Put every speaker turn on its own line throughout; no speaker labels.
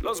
Los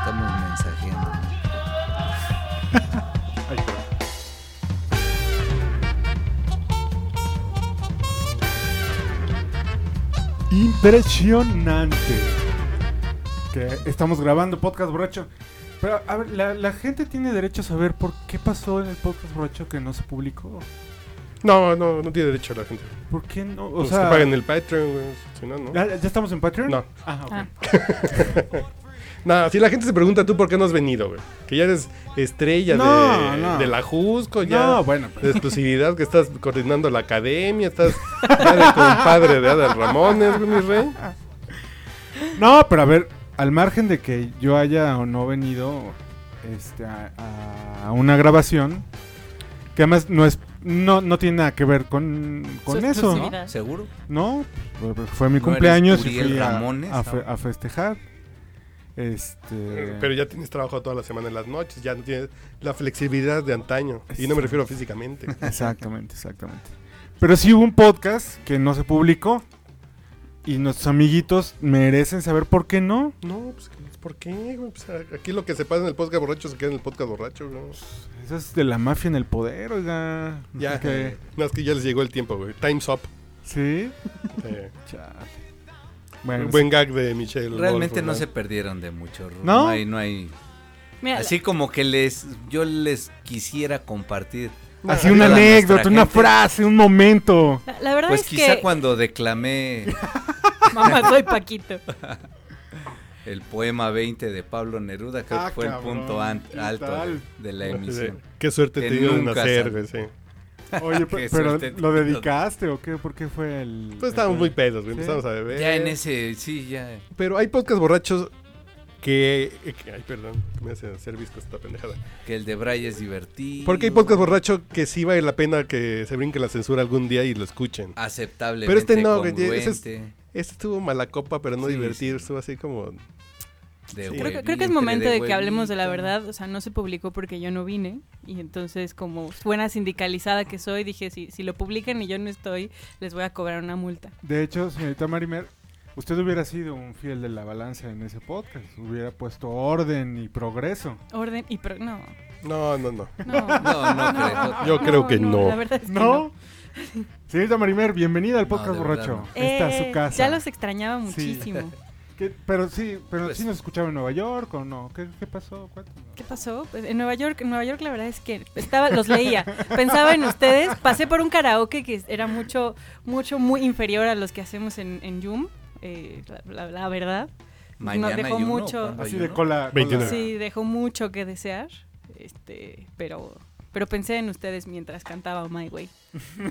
Estamos mensajeando.
Impresionante. Que estamos grabando podcast borracho. Pero, a ver, la, la gente tiene derecho a saber por qué pasó en el podcast borracho que no se publicó.
No, no, no tiene derecho la gente.
¿Por qué no? O
Los
sea,
que paguen el Patreon, güey. Si no, no.
¿ya, ya estamos en Patreon?
No.
Ah, ok.
Ah.
Nada, si la gente se pregunta tú por qué no has venido, güey. Que ya eres estrella
No,
de,
no.
de la Jusco, ya.
No, bueno, pues.
De
pero-
exclusividad, que estás coordinando la academia, estás ya de compadre de Adal Ramones, güey, mi rey.
No, pero a ver, al margen de que yo haya o no venido este, a, a una grabación, que además no es no, no tiene nada que ver con, con
Su
eso, ¿no?
exclusividad.
¿Seguro?
No, pues, fue mi
¿No
cumpleaños
eres
y
Uriel
fui a,
Ramones?
a fe- a festejar. Este,
Eh, Pero ya tienes trabajo toda la semana en las noches, ya no tienes la flexibilidad de antaño. Y no me refiero físicamente.
Exactamente, exactamente. Pero sí hubo un podcast que no se publicó y nuestros amiguitos merecen saber por qué no.
No, pues, ¿por qué, güey? Pues, aquí lo que se pasa en el podcast borracho se queda en el podcast borracho, güey.
Pues, Eso es de la mafia en el poder, oiga.
Ya,
Que-
no, es que ya les llegó el tiempo, güey. Time's up.
Sí.
Eh,
Chale.
un
Bueno,
buen gag de Michelle.
Pues, Realmente no se
Wolf,
perdieron de mucho. Ru.
¿No?
No hay, no hay.
Mira,
Así como que les, yo les quisiera compartir.
así
Arriba
una
la
anécdota,
nuestra
una
gente.
frase, un momento.
la, la verdad
Pues
es
quizá
que
cuando declamé
mamá soy Paquito.
el poema 20 de Pablo Neruda, creo
Ah,
que fue
cabrón,
el punto an-
¿qué
alto
tal?
de, de la
¿no?
emisión.
Sí. Qué suerte
Que
te dio de
nunca
nacer,
sal-
güey, sí.
Oye, pe-
Qué
pero
suerte,
¿lo
tío.
dedicaste o qué? ¿Por qué fue el...?
Pues estábamos
el-
muy pedos, güey.
Sí.
Empezamos a beber.
Ya en ese, sí, ya.
Pero hay podcast borrachos que... eh, que- Ay, perdón. Me hace hacer visco esta pendejada.
Que el de Bray es divertido.
Porque hay podcast borracho que sí vale la pena que se brinque la censura algún día y lo escuchen.
Aceptable.
Pero este no, güey,
congruente,
ese es- Este estuvo mala copa, pero no
Sí,
divertido.
sí.
Estuvo así como...
de
Sí.
Creo que, creo que
huevito,
es momento de que
huevito.
hablemos de la verdad. O sea, no se publicó porque yo no vine. Y entonces, como buena sindicalizada que soy, dije, si, si lo publican y yo no estoy, les voy a cobrar una multa.
De hecho, señorita Marimer, usted hubiera sido un fiel de la balanza en ese podcast. Hubiera puesto orden y progreso.
Orden y... Pro no,
No, no, no.
no.
No, no creo.
Yo creo que no.
La verdad es que
¿No? Señorita Marimer, bienvenida
No,
al podcast
de verdad
borracho.
no.
Esta es
Eh,
su casa.
Ya los extrañaba
Sí.
muchísimo.
¿Qué- pero sí, pero
Pues-
sí nos escuchaba en Nueva York o no. ¿Qué, qué pasó? Cuéntanos.
¿Qué pasó? Pues, en Nueva York, en Nueva York la verdad es que estaba, los leía, pensaba en ustedes, pasé por un karaoke que era mucho, mucho, muy inferior a los que hacemos en, en Zoom, eh, la- la- la verdad.
Mañana
dejó
hay uno,
mucho-
¿cuándo hay
Así de
uno?
cola. cola-
29.
Sí, dejó mucho que desear, este, pero, pero pensé en ustedes mientras cantaba Oh My Way.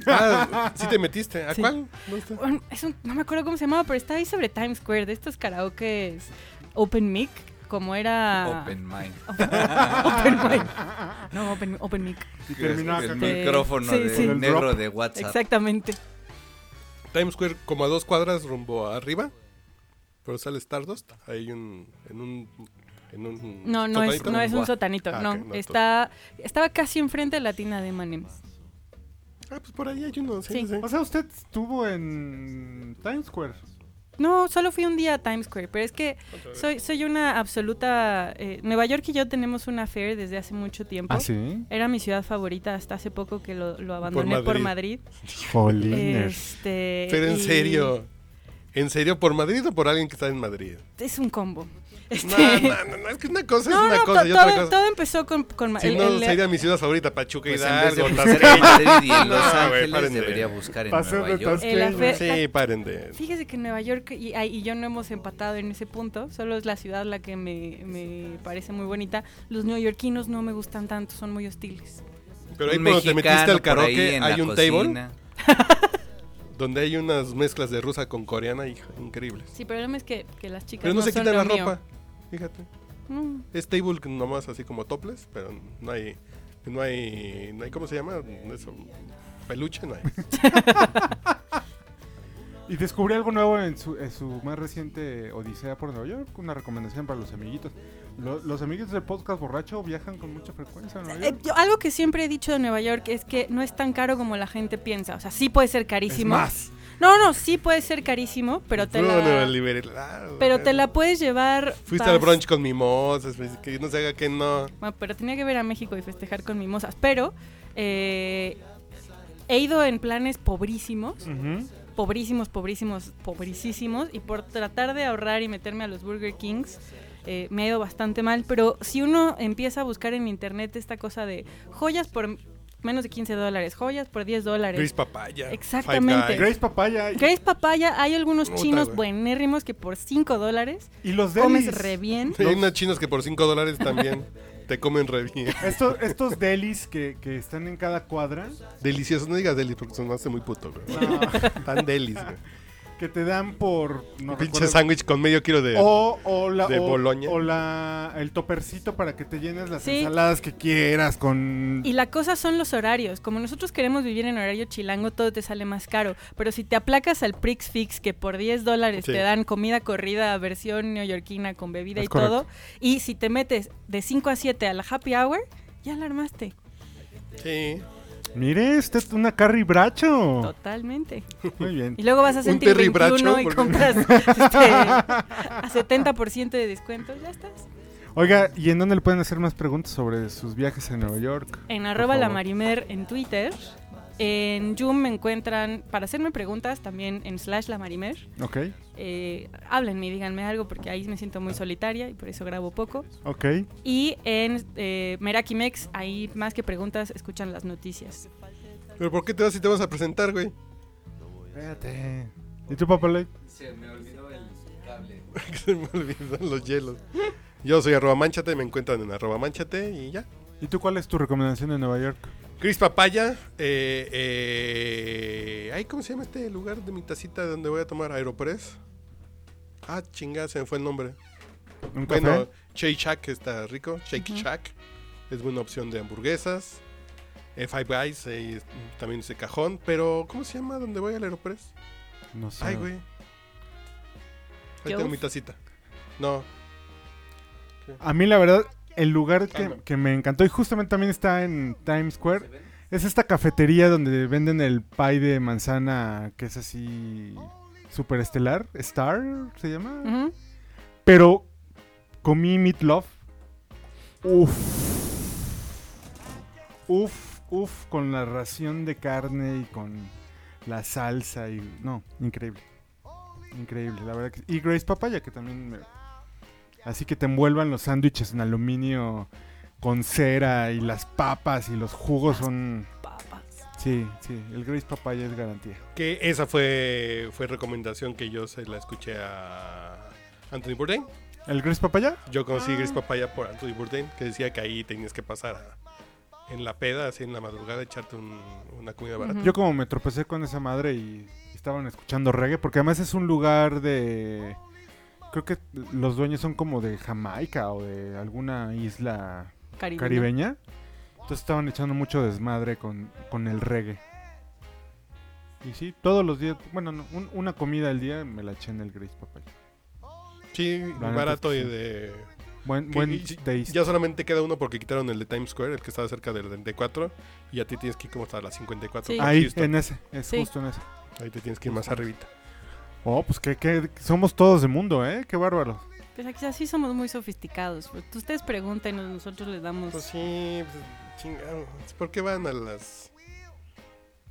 Ah, sí te metiste. ¿A
Sí.
cuál? ¿Dónde está?
Un- es un- no me acuerdo cómo se llamaba, pero estaba ahí sobre Times Square, de estos karaokes open mic, como era...
Open mind.
open mic. No, open, open mic.
Y terminó acá
el
con-
mi-
micrófono
Sí,
de
sí.
Con el
negro
drop.
de WhatsApp.
Exactamente.
Times Square como a dos cuadras rumbo a arriba. Pero sale Stardust. Hay un... En un... En un
No, no es,
sotanito.
no es un
Guau.
sotanito,
Ah,
no.
ok, no,
está, estaba casi enfrente de la tina de Manems.
Ah, pues por ahí hay uno. Sí,
Sí.
sí.
O sea, usted estuvo en Times Square.
No, solo fui un día a Times Square, pero es que soy, soy una absoluta... eh, Nueva York y yo tenemos una fair desde hace mucho
Ah,
tiempo.
sí?
Era mi ciudad favorita hasta hace poco que lo, lo abandoné
Madrid.
por Madrid.
Jolines.
Este,
Pero en
y
serio. ¿En serio? ¿Por Madrid o por alguien que está en Madrid?
Es un combo.
No,
Este,
no, no, no, es que una cosa
no,
es una
no,
cosa
to-
y otra
todo,
cosa.
todo empezó con, con
Si
el-
no,
el-
sería mi ciudad favorita, Pachuca
Pues en vez de
Hidalgo, Ah,
buscar en
Tasqueña.
Madrid y en Los
No, güey,
Ángeles,
paren de-
debería buscar en
Paseo
Nueva
de
York.
Eh, la fe-
Sí, paren de...
Fíjese que Nueva York y, ay, y yo no hemos empatado en ese punto, solo es la ciudad la que me, me parece muy bonita. Los neoyorquinos no me gustan tanto, son muy hostiles.
Pero ahí
Un
cuando te metiste
mexicano
al
por ahí
karaoke,
en
hay
la
un table
cocina.
donde hay unas mezclas de rusa con coreana, hija, increíbles.
Sí, pero el problema es que, que las chicas
Pero no,
no,
se
son
quitan la
lo mío.
ropa, fíjate.
Mm,
Es table que nomás así como toples, pero no hay... No hay... No hay ¿Cómo se llama? Eso... Peluche no hay.
Y descubrí algo nuevo en su, en su más reciente Odisea por Nueva York, una recomendación para los amiguitos. Lo- los amiguitos del podcast borracho viajan con mucha frecuencia a Nueva
Eh,
York.
yo- algo que siempre he dicho de Nueva York es que no es tan caro como la gente piensa. O sea, sí puede ser carísimo.
más.
No, no, sí puede ser carísimo, pero te,
Bruno,
la,
liberal.
pero te la puedes llevar.
Fuiste
pas-
al brunch con mimosas, pues, que no se haga que no.
Bueno, pero tenía que ver a México y festejar con mimosas. Pero eh, he ido en planes pobrísimos,
Ujú.
pobrísimos, pobrísimos, pobrísimos. Y por tratar de ahorrar y meterme a los Burger Kings, eh, me ha ido bastante mal. Pero si uno empieza a buscar en internet esta cosa de joyas por menos de 15 dólares, joyas por 10 dólares.
Gris papaya.
Exactamente.
Five Guys.
Grace Papaya y,
Grace Papaya, hay algunos
Puta,
chinos
güey.
buenérrimos que por 5 dólares
y los delis.
comes re bien.
Sí, hay unos chinos que por 5 dólares también te comen re bien.
Estos, estos delis que, que están en cada cuadra,
Deliciosos, no digas delis porque son hace muy puto, güey.
no,
Tan delis, güey.
que te dan por... No
Pinche
recuerdo- Oh.
sándwich con medio kilo de.
o, o la,
de
o-
Boloña.
o la- el topercito para que te llenes las
Sí.
ensaladas que quieras con...
Y la cosa son los horarios. Como nosotros queremos vivir en horario chilango, todo te sale más caro. Pero si te aplacas al Prix Fix, que por 10 dólares
Sí.
te dan comida corrida, versión neoyorquina con bebida
Es
y todo, y si te metes de 5 a 7 a la happy hour, ya la armaste.
Sí.
Mire, este es una carry bracho.
Totalmente.
Muy bien.
Y luego vas a
Un
sentir
Terry
21
Bracho,
y
porque-
compras este, a 70% de descuento. Ya estás.
Oiga, ¿y en dónde le pueden hacer más preguntas sobre sus viajes a Nueva York?
En
Por
arroba la
favor.
marimer en Twitter. En Zoom me encuentran para hacerme preguntas también en slash la marimer.
Ok,
Eh, háblenme y díganme algo porque ahí me siento
Ah.
muy solitaria y por eso grabo poco.
ok.
Y en eh, Merakimex, ahí más que preguntas, escuchan las noticias.
Pero ¿por qué te vas si te vas a presentar, güey?
Espérate. ¿Y tu papá Ley?
Se me olvidó el cable.
Que se me olvidan los hielos. Yo soy arroba manchate, me encuentran en arroba manchate y ya.
¿Y tú cuál es tu recomendación de Nueva York?
Chris Papaya, eh, eh, ay, ¿cómo se llama este lugar de mi tacita donde voy a tomar Aeropress? Ah, chingada, se me fue el nombre.
¿Un café?
Bueno, Shake Shack está rico, Shake Shack es buena opción de hamburguesas. Eh, Five Guys eh, es- también ese cajón, pero ¿cómo se llama donde voy al Aeropress?
no sé.
Ay, güey. Ahí
Joe's.
tengo mi tacita. No,
A mí la verdad, el lugar que,
Anda.
que me encantó y justamente también está en Times Square es esta cafetería donde venden el pie de manzana que es así super estelar, Star se llama.
Ujú.
Pero comí meatloaf. Uf. Uf, uf, con la ración de carne y con la salsa y... No, increíble. Increíble, la verdad que... Y Grace Papaya, que también... me- Así que te envuelvan los sándwiches en aluminio con cera y las papas y los jugos son...
Papas.
Sí, sí, el Grace Papaya es garantía.
Que esa fue, fue recomendación que yo se la escuché a Anthony Bourdain.
¿El Grace Papaya?
Yo conocí Gris Papaya por Anthony Bourdain, que decía que ahí tenías que pasar a- en la peda, así en la madrugada, echarte un- una comida barata.
Yo como me tropecé con esa madre y estaban escuchando reggae, porque además es un lugar de... Creo que los dueños son como de Jamaica o de alguna isla
Caribeño.
caribeña. Entonces estaban echando mucho desmadre con, con el reggae. Y sí, todos los días, bueno, no, un- una comida al día me la eché en el Grace Papaya.
Sí,
La neta
barato
es que
y
sí.
de...
Buen,
que-
buen
y-
taste.
Ya solamente queda uno porque quitaron el de Times Square, el que estaba cerca del 34, y a ti tienes que ir como hasta las 54.
Sí.
para
Ahí,
Houston.
en ese, es
Sí.
justo en ese.
Ahí te tienes que ir más arribita.
Oh, pues que, que somos todos de mundo, ¿eh? Qué bárbaro.
Pues aquí así somos muy sofisticados. Pues ustedes pregunten, nosotros les damos...
Pues sí, pues, chingado. ¿Por qué van a las,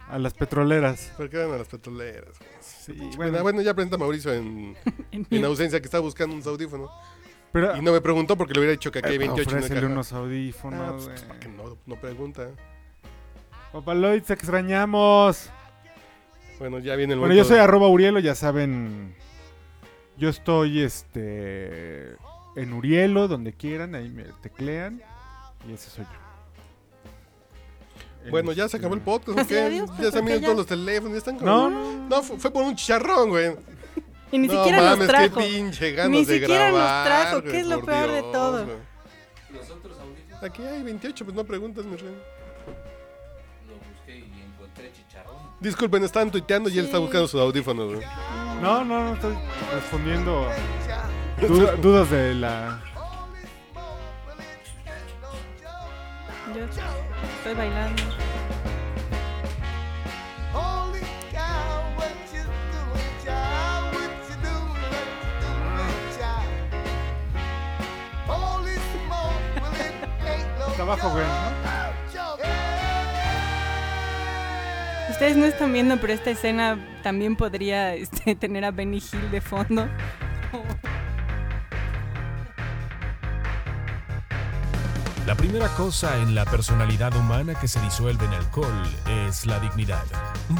A las petroleras.
por qué van a las petroleras? güey?
Sí,
Bueno, bueno, ya presenta a Mauricio en,
en
en
mí.
ausencia que estaba buscando unos audífonos.
pero,
Y no me preguntó porque le hubiera dicho que aquí hay 28 en el
Eh, Ofrécele
cajón.
unos eh?
Ah,
audífonos.
pues,
güey.
¿para qué no, no pregunta.
Papá Lloyd, te extrañamos.
Bueno, ya viene el
Bueno, yo soy arroba Urielo, ya saben. Yo estoy este en Urielo, donde quieran, ahí me teclean. Y ese soy Este, yo.
Bueno,
El-
ya se acabó el podcast. ¿o
Sí,
qué?
adiós, pues,
ya se
porque
miran
ya-
todos los teléfonos. Ya están como...
No,
No, fu- fue por un chicharrón, güey.
Y ni
no
siquiera
mames,
nos trajo.
qué pinche ganas
Ni
de
siquiera nos
grabar,
trajo,
güey,
que es lo
por
peor de
Dios,
todo.
güey. Aquí hay 28, pues no preguntas, mi rey.
Lo busqué y encontré.
Disculpen, están tuiteando y él está
Sí.
buscando sus audífonos. güey.
No, no, no estoy respondiendo duda- dudas de la.
Yo estoy bailando.
Está abajo, güey. ¿no?
Ustedes no están viendo, pero esta escena también podría este, tener a Benny Hill de fondo.
La primera cosa en la personalidad humana que se disuelve en alcohol es la dignidad.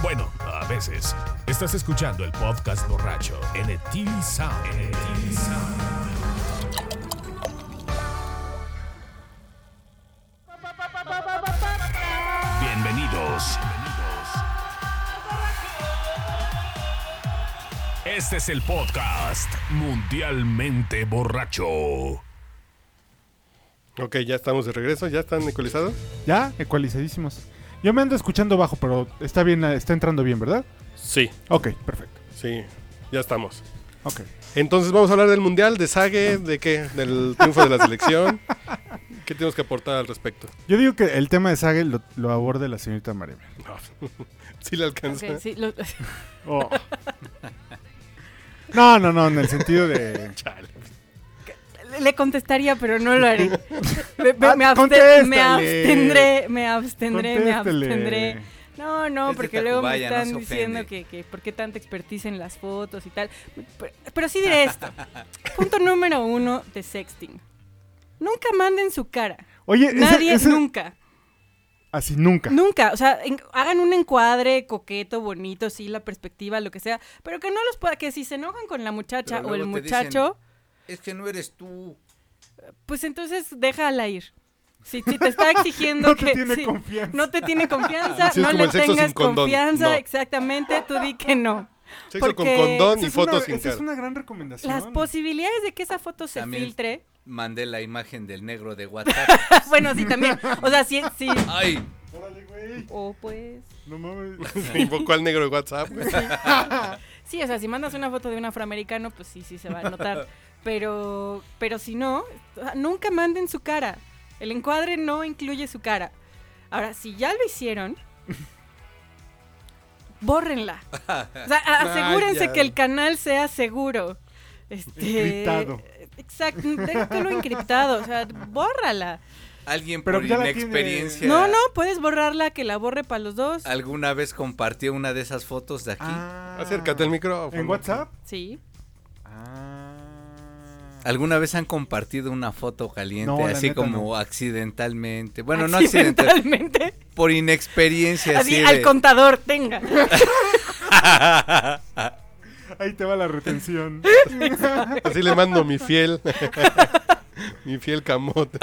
Bueno, a veces. Estás escuchando el podcast borracho en el TV Sound. NTV Sound. Bienvenidos. Este es el podcast mundialmente borracho.
Ok, ya estamos de regreso, ya están ecualizados.
Ya, ecualizadísimos. Yo me ando escuchando bajo, pero está bien, eh, está entrando bien, ¿verdad?
Sí.
Ok, perfecto.
Sí, ya estamos.
Ok.
Entonces vamos a hablar del mundial, de Sague, de qué, del triunfo de la selección. ¿Qué tenemos que aportar al respecto?
Yo digo que el tema de Sage lo, lo aborde la señorita Maribel.
No. sí le alcanza.
Ok, sí, lo-
No, no, no, en el sentido de.
Chale.
le contestaría, pero no lo haré. Me, me- me
Ah,
abste- me
contéstale.
abstendré, me abstendré, me
Contéstele.
abstendré. No, no,
Es de
porque luego me
Tacubaya, no
están
se
diciendo que,
ofende.
que por qué tanta expertise en las fotos y tal. Pero, pero sí diré esto. Punto número uno de sexting. Nunca manden su cara.
Oye, ese-
Nadie,
ese-
nunca.
Así nunca.
Nunca. O sea, en- hagan un encuadre coqueto, bonito, sí, la perspectiva, lo que sea. Pero que no los pueda, que si se enojan con la muchacha
Pero
o el
luego te dicen-
muchacho,
Es que no eres tú.
pues entonces déjala ir. Si, si te está exigiendo
No te
que...
tiene
sí,
confianza.
No te tiene
Sí,
confianza,
es
no
como
le
el sexo
tengas
sin condón.
confianza,
No.
exactamente, tú di que no.
Sexo con
Porque
condón
Esa
y
es una-
fotos sin
esa
cara.
es una gran recomendación.
Las posibilidades de que esa foto se
También.
filtre.
Mandé la imagen del negro de WhatsApp.
bueno, sí, también. O sea, sí, sí.
Ay,
Órale, güey.
O pues.
No mames.
Invocó al negro de WhatsApp. güey.
Sí, o sea, si mandas una foto de un afroamericano, pues sí, sí se va a notar. Pero, pero si no, o sea, nunca manden su cara. El encuadre no incluye su cara. Ahora, si ya lo hicieron, bórrenla. O sea, a- asegúrense
Vaya.
que el canal sea seguro. Este,
Encriptado.
Exacto, déjalo encriptado, o sea, bórrala.
alguien
Pero
por
ya la
inexperiencia.
eh, No, no, puedes borrarla, que la borre para los dos.
¿Alguna vez compartió una de esas fotos de aquí?
Ah.
Acércate al micrófono. Ah.
¿En WhatsApp?
Sí.
¿Alguna vez han compartido una foto caliente
No, la
así
neta,
como
no.
accidentalmente? Bueno, no accidental,
Accidentalmente.
por inexperiencia
Así,
así,
al
de-
contador, tenga.
Ahí te va la retención.
Así le mando mi fiel. mi fiel camote.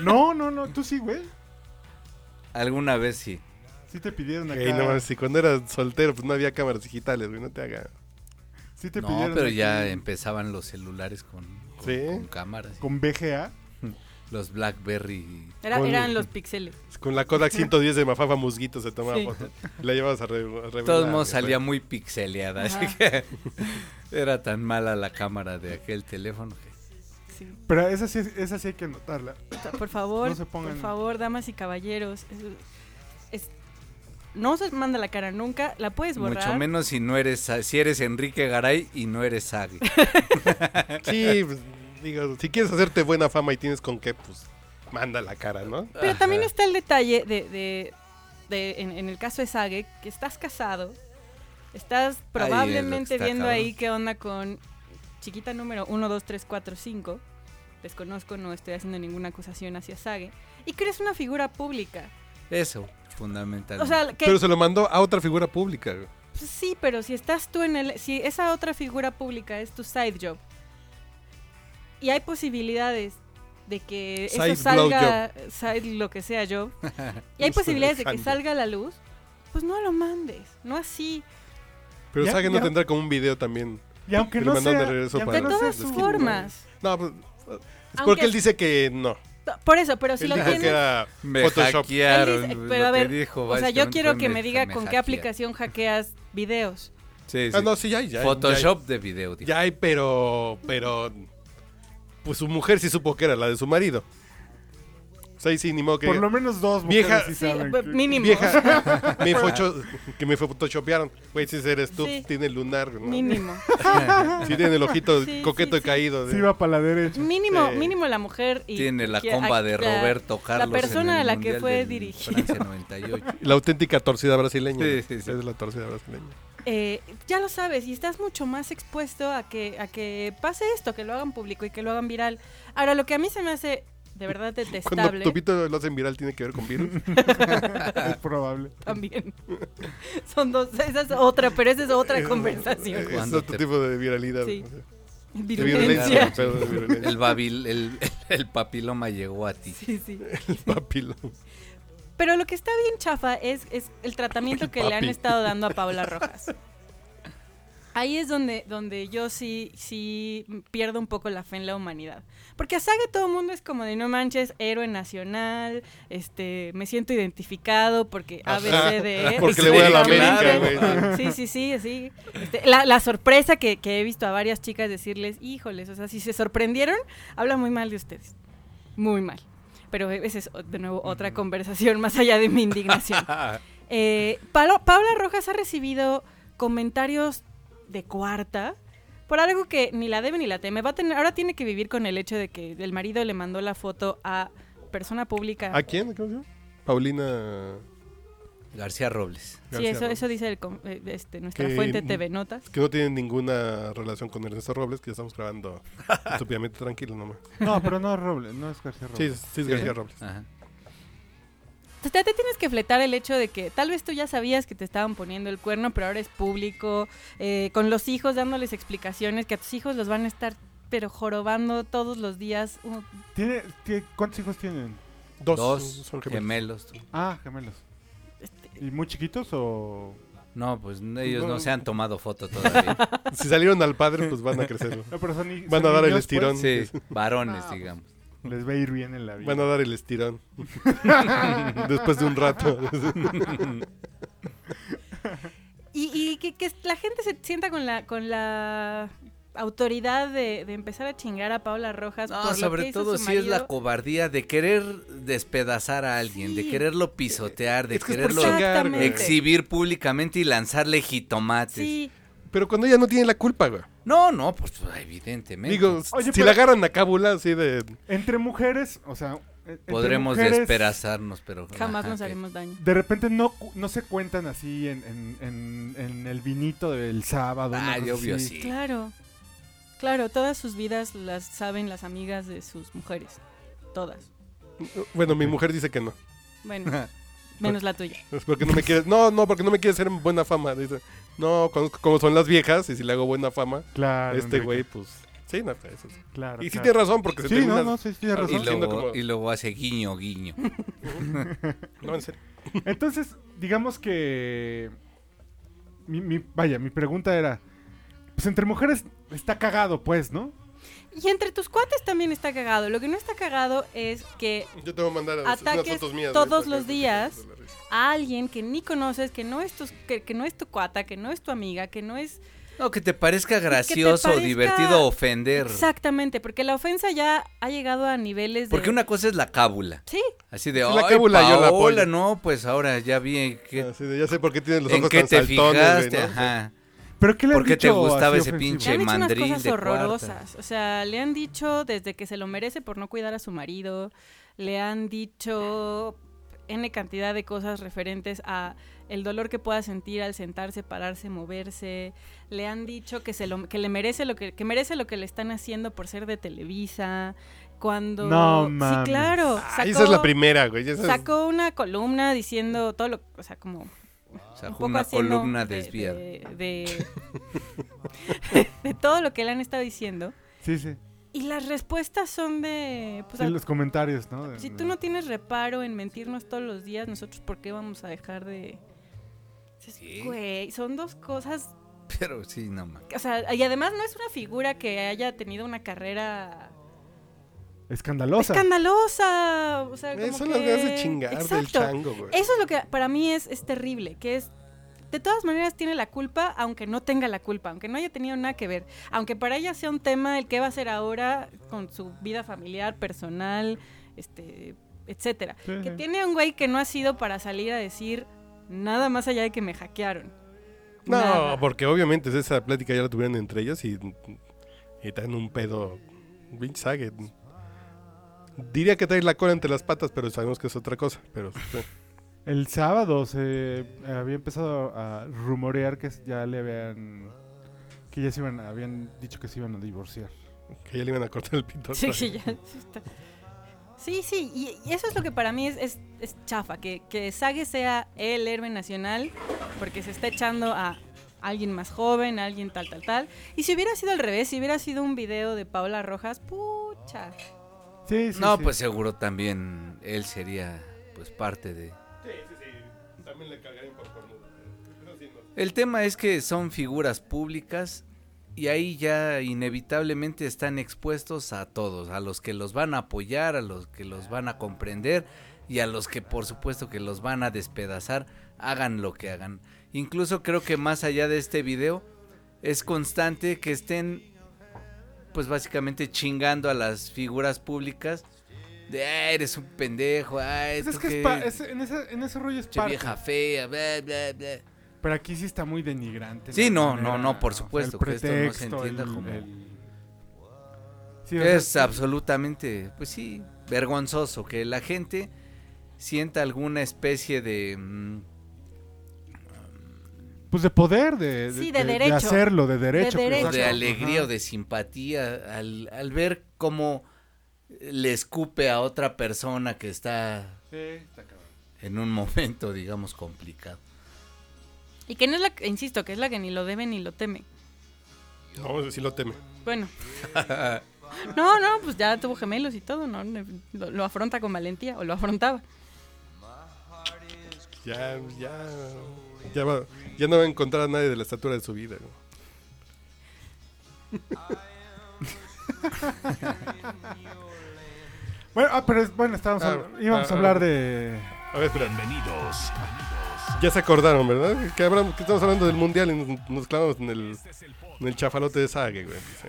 No, no, no. Tú sí, güey.
Alguna vez sí.
Sí te pidieron acá.
Ey, no, mames, si cuando eras soltero, pues no había cámaras digitales, güey, no te haga.
Sí te
No,
pidieron
pero
aquí
ya empezaban los celulares con, con-
Sí.
con cámaras.
Con BGA.
Los Blackberry.
Era-
Ponle.
eran los pixeles.
Con la Kodak 110 de Mafafa Musguito se tomaba
Sí.
foto. Y la llevabas a, re, a
De
revelar,
todos modos
güey.
salía muy pixeleada, así que era tan mala la cámara de aquel teléfono que
Sí.
Pero esa sí, esa sí hay que anotarla.
O sea, Por favor,
No se pongan-
por favor, damas y caballeros. es- es- no se manda la cara nunca, la puedes borrar.
mucho menos si no eres si eres Enrique Garay y no eres Sagi.
Sí, pues, digo, si quieres hacerte buena fama y tienes con qué, pues manda la cara, ¿no?
Pero también está el detalle de, de- de- en, en el caso de Sage, que estás casado, estás probablemente
está
viendo
cabrón.
ahí qué onda con chiquita número 1, 2, 3, 4, 5. Desconozco, no estoy haciendo ninguna acusación hacia Sage. Y que eres una figura pública.
Eso, fundamental.
O sea, que
Pero se lo mandó a otra figura pública. güey.
Pues Sí, pero si estás tú en el... Si esa otra figura pública es tu side job y hay posibilidades de que
Side
eso salga... Side lo que sea job. y hay
Eso
posibilidades de que
hand
salga a la luz, pues no lo mandes. No así.
Pero
Ya-
Sague no
ya-
tendrá como un video también.
Y aunque
Que le
no
mandaron
sea...
de regreso
y aunque
De
para-
pues, no sea
todas
los
su-
que-
formas.
No, pues, es
Aunque
porque él
es-
dice que no.
No, Por eso, pero si
Él
lo
dijo
tienes.
que era
Me
Photoshop.
hackearon.
Él dice-
lo
pero a
que
ver,
dijo
o sea,
Vice
yo
John
quiero
fue,
que me diga con qué
hackearon.
aplicación hackeas videos.
Sí, sí.
Ah, no, sí, ya hay. ya hay,
Photoshop de video.
Ya hay,
dijo.
ya hay, pero. Pero. Pues su mujer sí supo que era la de su marido. O sea, ahí sí, ni modo que.
Por lo menos dos mujeres
Vieja-
sí pues,
Sí,
saben
b-
que-
mínimo.
Vieja, me focho- que me photoshopearon. Güey, si eres tú,
Sí.
tiene lunar. ¿no?
Mínimo.
Sí, tiene el ojito
Sí,
coqueto
sí,
y
sí.
caído.
Sí
¿no?
va para la derecha.
Mínimo,
Sí.
mínimo la mujer. Y
Este, Tiene la
que-
comba de
la-
Roberto Carlos.
La persona
en el
a la que
Mundial
fue
del
dirigida.
Francia 98.
La auténtica torcida brasileña.
Sí, sí, sí.
Es la torcida brasileña.
Eh, ya lo sabes y estás mucho más expuesto a que, a que pase esto, que lo hagan público y que lo hagan viral. Ahora, lo que a mí se me hace de verdad detestable
Cuando tu pito lo hacen viral, tiene que ver con virus.
Es probable.
también. Son dos, esa es otra, pero esa es otra conversación.
Es
Cuando
otro
te-
tipo de viralidad.
Sí.
¿no? De
Virulencia.
virulencia. pero de virulencia.
El, babil, el, el papiloma llegó a ti.
Sí, sí.
El papilón.
Pero lo que está bien chafa es, es el tratamiento que le han
papi.
estado dando a Paula Rojas. Ahí es donde, donde yo sí, sí pierdo un poco la fe en la humanidad. Porque a Sage todo el mundo es como de no manches, héroe nacional, este, me siento identificado porque
Ajá,
ABCDE.
porque le voy a la
América,
güey.
Sí, sí, sí, así. Este, la, la sorpresa que, que he visto a varias chicas decirles, híjoles, o sea, si se sorprendieron, habla muy mal de ustedes. Muy mal. Pero esa es, o- de nuevo, otra conversación más allá de mi indignación. Eh, Palo- Paula Rojas ha recibido comentarios de cuarta por algo que ni la debe ni la teme. Va a tener, ahora tiene que vivir con el hecho de que el marido le mandó la foto a persona pública.
¿A quién? ¿Cómo se llama? Paulina.
García Robles.
sí,
García
eso,
Robles.
eso dice el com- eh, este, nuestra
Que-
fuente TV Notas.
Que no tiene ninguna relación con Ernesto Robles, que ya estamos grabando estúpidamente tranquilo nomás.
No, pero no es Robles, no es García
Sí,
Robles.
sí es García Robles.
Ajá.
Entonces, ya te tienes que fletar el hecho de que tal vez tú ya sabías que te estaban poniendo el cuerno, pero ahora es público, eh, con los hijos dándoles explicaciones, que a tus hijos los van a estar pero jorobando todos los días. Uh,
¿Tiene, tie- ¿Cuántos hijos tienen?
Dos.
Dos
son gemelos.
gemelos.
Ah, gemelos.
este,
¿Y muy chiquitos o...?
No, pues ellos
No.
no se han tomado foto todavía.
Si salieron al padre, pues van a crecerlo.
No, pero son ni-
Van
son
a dar el
niños, pues,
estirón.
Sí, varones,
Ah, pues.
digamos.
pues, les va a ir bien en la vida.
Van a dar el estirón. Después de un rato.
Y, y que, que la gente se sienta con la, con la autoridad de, de empezar a chingar a Paula Rojas.
No,
por lo que
sobre
hizo
todo
su
si es la
marido.
cobardía de querer despedazar a alguien, de
Sí.
quererlo pisotear, de
Es que es por
quererlo
chingar, güey.
Exactamente.
exhibir públicamente y lanzarle jitomates.
Sí,
Pero cuando ella no tiene la culpa, güey.
No, no, pues evidentemente.
Digo,
Oye,
si
pero-
la agarran a cábula así de...
Entre mujeres, o sea... e- entre
podremos
mujeres,
despedazarnos, pero
jamás
ajá,
nos
que-
haremos daño.
De repente no, cu- no se cuentan así en, en- en- en el vinito del sábado. una
Ah,
cosa
yo obvio
así.
sí.
Claro, claro, todas sus vidas las saben las amigas de sus mujeres. Todas.
Bueno, mi mujer dice que no.
Bueno, menos la tuya.
Es porque no me quiere... No, no, porque no me quiere hacer buena fama. Dice, no, conozco cómo son las viejas y si le hago buena fama,
Ah,
Claro.
este
Enrique,
güey, pues... Sí, no, eso sí.
Claro.
Y sí
claro.
tiene razón, porque se Ah,
Sí,
termina...
no, no, sí, sí tiene
al-
razón.
Y
Siendo
luego,
como-
y luego hace guiño, guiño.
No, en serio.
Entonces, digamos que. Mi, mi- vaya, mi pregunta era. Pues entre mujeres está cagado, pues, ¿no?
Y entre tus cuates también está cagado. Lo que no está cagado es que
Yo te voy a mandar unas
Ataques
fotos mías.
todos
güey, porque-
los días. a alguien que ni conoces, que no es tu, que, que no es tu cuata, que no es tu amiga, que no es
No, que te parezca gracioso,
parezca-
divertido ofender.
exactamente, porque la ofensa ya ha llegado a niveles de
Porque una cosa es la cábula.
Sí,
Así de,
Sí, la
la
cábula yo la apoyo".
Paola, no, pues ahora ya vi que
Así Ah, de, ya sé por qué tienes los
¿En
ojos
qué
tan
te
saltones,
fijaste?
güey, ¿no?
Ajá.
¿Pero qué le han
¿Por qué te
dicho
gustaba
así
ese
ofensivo?
le
pinche?
han hecho unas
mandril
cosas
de
horrorosas. O sea, le han dicho desde que se lo merece por no cuidar a su marido, le han dicho n cantidad de cosas referentes a el dolor que pueda sentir al sentarse, pararse, moverse. Le han dicho que se lo que le merece lo que, que merece lo que le están haciendo por ser de Televisa. Cuando
No
Sí,
mames.
claro.
Ah, esa es la primera, güey. esa es-
Sacó una columna diciendo todo lo, o sea, como un
Sacó
poco
una
haciendo
columna
de-
desviada.
De, de- de todo lo que le han estado diciendo.
Sí, sí.
Y las respuestas son de. pues,
Sí,
a-
los comentarios, ¿no? De-
Si tú no tienes reparo en mentirnos todos los días, nosotros, ¿por qué vamos a dejar de.? Dices,
Sí.
Güey, son dos cosas.
Pero sí, no mames.
O sea, y además no es una figura que haya tenido una carrera
escandalosa.
escandalosa. O sea,
Eh,
como
son
que-
las ganas de chingar del
Exacto.
chango, güey.
Eso es lo que para mí es, es terrible, que es... De todas maneras tiene la culpa, aunque no tenga la culpa, aunque no haya tenido nada que ver, aunque para ella sea un tema el que va a hacer ahora con su vida familiar, personal, este, etcétera.
Sí,
Que
sí.
tiene un güey que no ha sido para salir a decir nada más allá de que me hackearon.
No,
Nada.
porque obviamente esa plática ya la tuvieron entre ellos y, y traen un pedo. Pinche sague. Diría que traes la cola entre las patas, pero sabemos que es otra cosa. Pero sí.
El sábado se había empezado a rumorear que ya le habían que ya se iban habían dicho que se iban a divorciar.
que ya le iban a cortar el pito.
Sí,
otra
sí,
vez.
ya, sí está. Sí, sí, y, y eso es lo que para mí es, es- es chafa, que, que Sage sea el héroe nacional, porque se está echando a alguien más joven, a alguien tal, tal, tal. Y si hubiera sido al revés, si hubiera sido un video de Paola Rojas, pucha.
Sí, sí.
No,
sí.
pues seguro también él sería pues parte de...
También le cagarían por cornudo.
El tema es que son figuras públicas y ahí ya inevitablemente están expuestos a todos, a los que los van a apoyar, a los que los van a comprender y a los que por supuesto que los van a despedazar, hagan lo que hagan. Incluso creo que más allá de este video es constante que estén pues básicamente chingando a las figuras públicas de "Ah, eres un pendejo, ay,
Pues, es,
tú
que
qué,
es pa- es- en, ese, en ese rollo es
che
parte.
vieja fea, bla bla bla.
Pero aquí sí está muy denigrante.
Sí,
la
no, no, no, por
o sea,
supuesto,
el
que esto no se
pretexto,
entienda
el-
como-
el- Sí, o sea,
Es absolutamente, pues sí, vergonzoso que la gente sienta alguna especie de... mm,
Pues de poder, de, de,
Sí, de
de- de
derecho.
hacerlo, de derecho. pues,
De
que-
derecho.
o de
Ajá.
alegría o de simpatía al, al ver cómo le escupe a otra persona que está en un momento, digamos, complicado.
Y que no es la, que- insisto, que es la que ni lo debe ni lo teme.
No, sí lo teme.
Bueno. No, no, pues ya tuvo gemelos y todo, ¿no? Lo, lo afronta con valentía, o lo afrontaba.
Ya, ya. Ya, va- ya no va a encontrar a nadie de la estatura de su vida. güey.
Bueno, ah, pero es- bueno, estábamos
Ah,
hab- íbamos
ah,
a hablar de...
A ver, espera.
Bienvenidos.
Ya se acordaron, ¿verdad? Que, hablamos- que estamos hablando del mundial y nos, nos clavamos en el, en el chafalote de Sague, güey. Sí.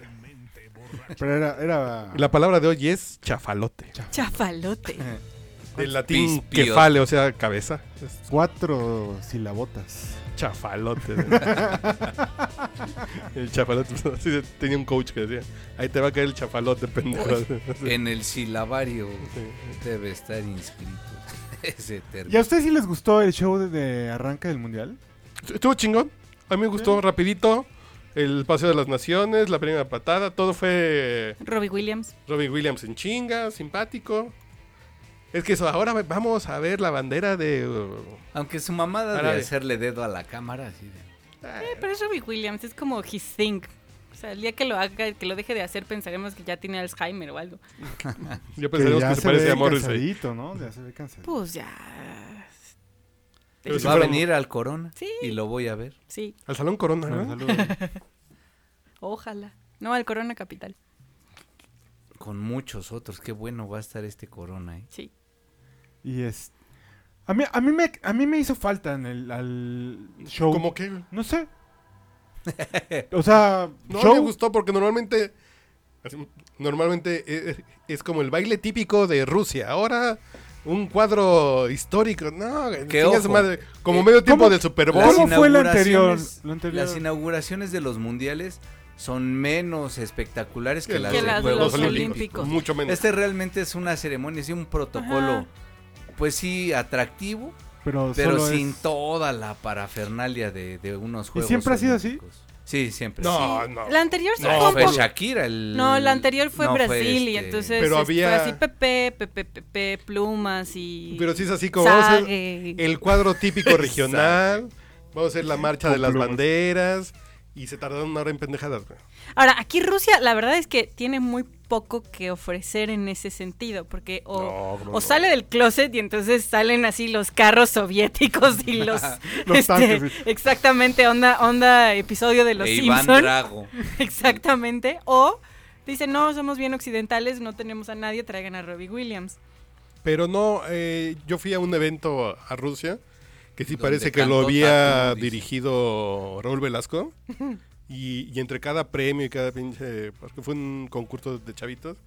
Pero era... era...
Y La palabra de hoy es chafalote.
Chafalote.
Del latín
Pispios.
quefale, o sea, cabeza. Es
Cuatro silabotas.
chafalote. el chafalote. así de- tenía un coach que decía, ahí te va a caer el chafalote, pendejo.
En el silabario debe estar inscrito ese
¿Y a
término.
ustedes sí les gustó el show de, de arranque del mundial?
Estuvo chingón. A mí me gustó rapidito. El paseo de las naciones, la primera patada, todo fue
Robbie Williams.
Robin Williams en chinga, simpático. Es que eso, ahora vamos a ver la bandera de... uh,
Aunque su mamada de
Árabe.
hacerle dedo a la cámara, así de...
Eh, Pero es Robbie Williams, es como his thing. O sea, el día que lo haga, que lo deje de hacer, pensaremos que ya tiene Alzheimer o algo.
Yo pensaríamos Pues que, se, parece
ve
a Morrissey.
cansadito, ¿no? Ya se ve cansadito.
Pues ya.
Pero si
Va a
fuera-
venir al corona
Sí.
y lo voy a ver.
Sí,
Al Salón Corona,
Bueno,
¿no?
saludos.
ojalá. No, al Corona Capital.
Con muchos otros, qué bueno va a estar este corona, ¿eh?
Sí.
Y es... A mí, a, mí me, a mí me hizo falta en el al show.
Como que...
No sé. O sea,
No
show.
me gustó porque normalmente así, normalmente eh, eh, es, como el baile típico de Rusia. Ahora un cuadro histórico, no, chinga
ojo.
su madre, como medio tiempo
¿cómo-
del Super Bowl.
¿Cómo
Eh, Las
fue la
inauguraciones-
anterior? La anterior.
Las inauguraciones de los mundiales son menos espectaculares que,
Que
las
que
de
las de
Juegos
los
Olímpicos.
Olímpicos.
Mucho menos.
Este realmente es una ceremonia, es un protocolo,
Ajá.
pues sí, atractivo,
pero
pero
solo
sin
es-
toda la parafernalia de, de unos juegos.
siempre ha sido así?
Olímpicos. Sí, siempre. sí.
no,
Sí.
no. pues,
La anterior sí
No,
fue un
fue
poco-
Shakira el-
No, la anterior fue
no,
Brasil y
este-
entonces
Pero
este,
había-
fue así Pepe, Pepe, Pepe, plumas y
Pero sí es así como vamos a hacer
Sage.
el cuadro típico regional, vamos a hacer la marcha de las
plumas.
banderas y se tardaron una hora en pendejadas. güey.
Ahora, aquí Rusia, la verdad es que tiene muy poco que ofrecer en ese sentido, porque o,
No, cómo
o
no.
sale del closet y entonces salen así los carros soviéticos y los...
Los
este,
tanques.
Exactamente, onda, onda episodio de Los
de Iván
Simpson.
Drago.
Exactamente. O Dice, no, somos bien occidentales, no tenemos a nadie, traigan a Robbie Williams.
Pero no, eh, yo fui a un evento a Rusia que sí
Donde
parece que
cantó
lo había
Tatu, dice.
dirigido Raúl Velasco. Y, y entre cada premio y cada pinche. Porque fue un concurso de chavitos.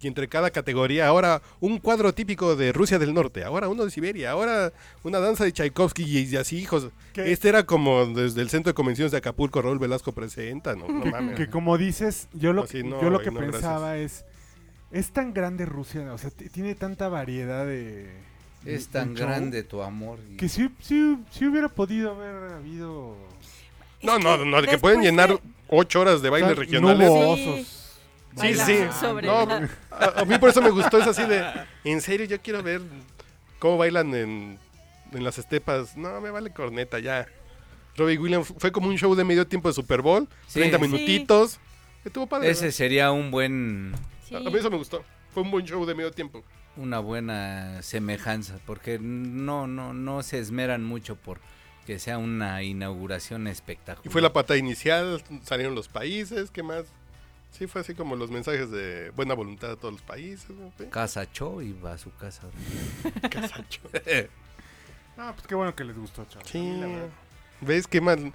Y entre cada categoría, ahora un cuadro típico de Rusia del Norte, ahora uno de Siberia, ahora una danza de Tchaikovsky y, y así, hijos.
¿Qué?
Este era como desde el Centro de Convenciones de Acapulco, Raúl Velasco presenta, ¿no? No mames.
Que como dices, yo lo,
Así, Pues no,
yo lo
güey,
que
no,
pensaba es, es tan grande Rusia, o sea, t- tiene tanta variedad de...
Es
de-
tan
de show,
grande tu amor. y-
Que si, si- si hubiera podido haber habido...
No,
Es
no, no, de que
después
pueden
de-
llenar ocho horas de bailes
O sea,
regionales.
No hubo
Sí.
osos.
Sí,
Baila
sí.
sobre
No,
la-
a, a mí por eso me gustó, es así de, en serio, yo quiero ver cómo bailan en, en las estepas. No, me vale corneta ya. Robbie Williams fue como un show de medio tiempo de Super Bowl,
Sí.
30
Sí.
minutitos. Estuvo padre. ¿no?
Ese sería un buen,
Sí.
A a mí eso me gustó. Fue un buen show de medio tiempo.
una buena semejanza, porque no, no, no se esmeran mucho por que sea una inauguración espectacular.
Y fue la pata inicial, salieron los países, ¿qué más? Sí, fue así como los mensajes de buena voluntad a todos los países. ¿no? Sí.
casa Cho y va a su casa.
Casacho.
Ah, pues qué bueno que les gustó, chavos.
Sí.
La verdad.
¿Ves qué mal?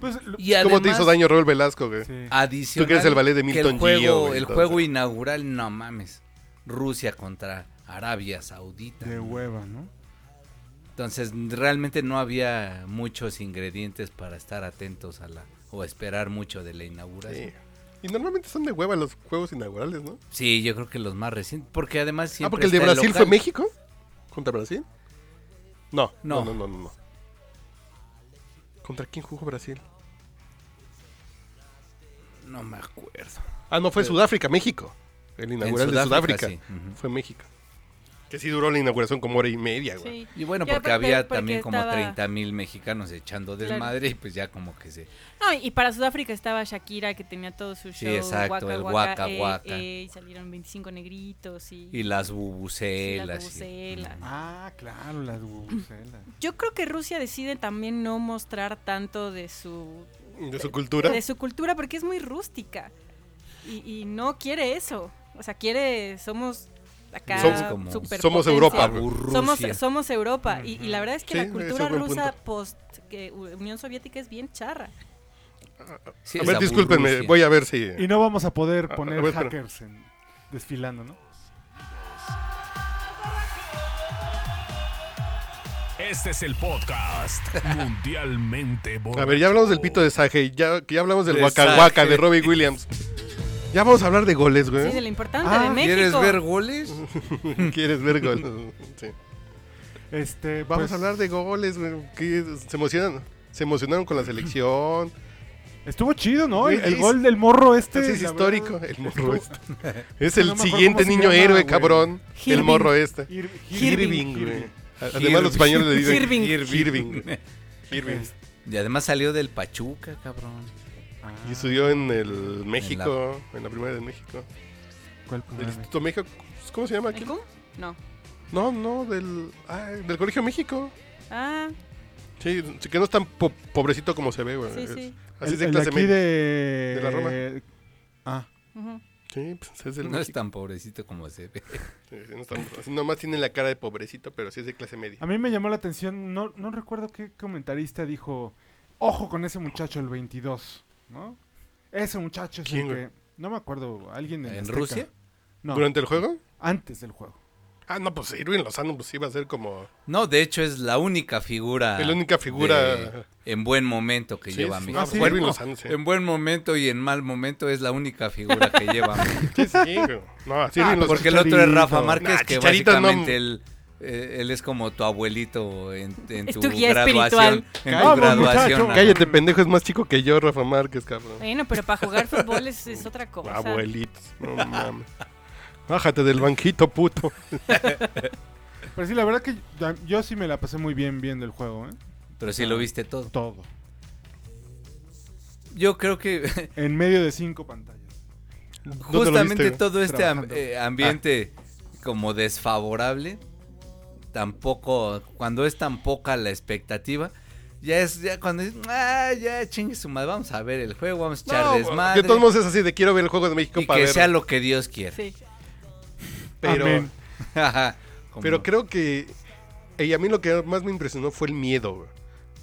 Pues, lo-
Y
¿Cómo te hizo
además,
daño Raúl Velasco, güey?
sí.
Adicional,
Tú que eres el ballet de
que
Milton
el juego,
Gio, güey,
El
entonces.
juego inaugural, no mames. Rusia contra Arabia Saudita.
De hueva, ¿no?
Entonces realmente no había muchos ingredientes para estar atentos a la o esperar mucho de la inauguración.
Sí. Y normalmente son de hueva los juegos inaugurales, ¿no?
Sí, yo creo que los más recientes, porque además siempre
ah, porque el de
está
Brasil fue
local.
México. ¿Contra Brasil? No, no,
No.
no, no, no. no. ¿Contra quién jugó Brasil?
No me acuerdo.
Ah, no, fue Sudáfrica, México. El inaugural
En
de Sudáfrica.
Sudáfrica, sí, ujú.
Fue México. Que sí duró la inauguración como hora y media, güey.
Sí.
Y bueno,
Ya
porque
aparte-
había
porque
también como
estaba-
30 mil mexicanos echando del
Claro.
madre y pues ya como que se...
No, y para Sudáfrica estaba Shakira que tenía todo su
Sí,
show.
exacto,
guaca,
el
guaca,
guaca,
eh,
guaca.
eh, y salieron 25 negritos
Y
y,
las
y las
bubucelas. y-
bubucelas.
Ah, claro, las bubucelas.
Yo creo que Rusia decide también no mostrar tanto de su
De su cultura.
de su cultura porque es muy rústica y, y no quiere eso. O sea, quiere somos acá
Somos
como-
pues, somos
superpotencia.
Europa, güey.
Aburrucia.
Somos, somos Europa y, y la verdad es que
Sí,
la
ese
cultura
buen punto.
rusa post que, U- Unión Soviética es bien charra.
Sí,
a
es
ver, discúlpenme,
aburrucia.
voy a ver si.
Y no vamos a poder
Ah,
poner
a ver, espera.
hackers en- desfilando, ¿no?
Este es el podcast mundialmente
A ver, ya hablamos del pito de Saje, ya, que ya hablamos del
De
Waka
Saje.
Waka de Robbie Williams. Ya vamos a hablar de goles,
Sí,
güey.
de lo importante
Ah,
de México.
¿Quieres ver goles?
¿Quieres ver goles? Sí.
Este,
Vamos
pues,
a hablar de goles, güey. ¿Qué? Se emocionan. Se emocionaron con la selección.
Estuvo chido, ¿no? El,
Güey,
el
es-
gol del morro este.
Este es
la
histórico.
verdad,
El
estuvo-
morro este. Es
No
el
me acuerdo
siguiente
cómo se
niño
llama,
héroe,
güey.
cabrón. El
Irving.
morro este.
Ir-
Irving, güey.
Irving.
Además, los españoles le dicen
Irving.
Irving. Irving.
Y además salió del Pachuca, cabrón.
Ah,
Y estudió en el México, en la primera de México.
¿cuál
Del
primera vez?
Instituto México. pues, ¿Cómo se llama
¿El
aquí?
cum? ¿Eh, No.
No, no, del, ay, del Colegio México.
Ah,
Sí, sí, que no es tan po- pobrecito como se ve, güey.
sí,
Es-
sí.
Así
El-
es de
el
clase
aquí
media.
de...
de la Roma.
Ah,
Ujú.
Sí, pues es del
No es
México.
tan pobrecito como se ve.
Sí, sí, no es tan- así Nomás tiene la cara de pobrecito, pero sí es de clase media.
a mí me llamó la atención, no, no recuerdo qué comentarista dijo, ojo con ese muchacho, el 22, ¿no? Ese muchacho es
¿Quién,
el
güey?
que... No me acuerdo, alguien en
¿En
Azteca.
Rusia?
No,
¿Durante el juego?
antes del juego.
Ah, no, pues Irving Lozano pues iba a ser como
No, de hecho es la única figura.
Es la única figura-
de- en buen momento que
Sí,
lleva a
sí,
México.
no, Ah, sí, Eh, Irving Lozano, sí.
En buen momento y en mal momento es la única figura que lleva a México.
Sí, sí, güey. No, sí, Irving Lozano.
Porque el otro es Rafa
Chicharito.
Márquez,
Nah,
que
Chicharito no.
básicamente él, eh, él es como tu abuelito en, en
Es
tu,
tu guía
graduación.
espiritual.
En tu
Vamos,
graduación.
muchacho,
ajá.
Cállate, pendejo, es más chico que yo, Rafa Márquez, cabrón.
Bueno, pero para jugar fútbol es, es otra cosa.
Abuelitos, no mames. Bájate del banquito, puto.
Pero sí, la verdad que ya- yo sí me la pasé muy bien viendo el juego, ¿eh?
Pero sí lo viste todo.
Todo.
Yo creo que
En medio de cinco pantallas.
¿Dónde lo
justamente
viste?
todo este am-
Trabajando.
eh, ambiente como desfavorable, tampoco, cuando es tan poca la expectativa, Ya es, ya cuando es, ah, ya chingue su madre, vamos a ver el juego, vamos a echar
No,
desmadre.
de todos modos es así de quiero ver el juego de México
y
para
que
ver.
sea lo que Dios quiera.
Sí.
Pero,
Amén.
Ajá, como-
pero creo que. eh, Y a mí lo que más me impresionó fue el miedo. güey.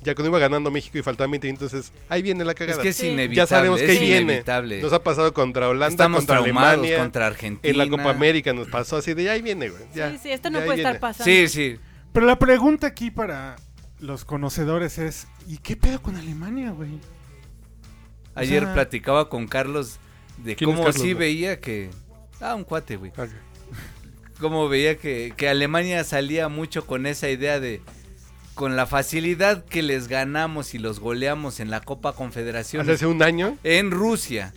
Ya cuando iba ganando México y faltaban 20, entonces ahí viene la
es
cagada.
que es
Sí.
inevitable.
ya sabemos
es
que viene.
inevitable.
Nos ha pasado contra Holanda,
Estamos
contra
traumados
Alemania.
contra Argentina.
en la Copa América nos pasó así de ahí viene, güey. ya,
sí, sí, esto no
ya, ahí
puede estar
viene".
pasando.
Sí, sí.
Pero la pregunta aquí para los conocedores es, ¿y qué pedo con Alemania, güey?
Ayer
sea-
platicaba con Carlos de
¿Quién es
cómo
Carlos,
sí
güey?
veía que. Ah, un cuate, güey.
Ok.
Cómo veía que, que Alemania salía mucho con esa idea de. Con la facilidad que les ganamos y los goleamos en la Copa Confederación
Hace un año.
en Rusia.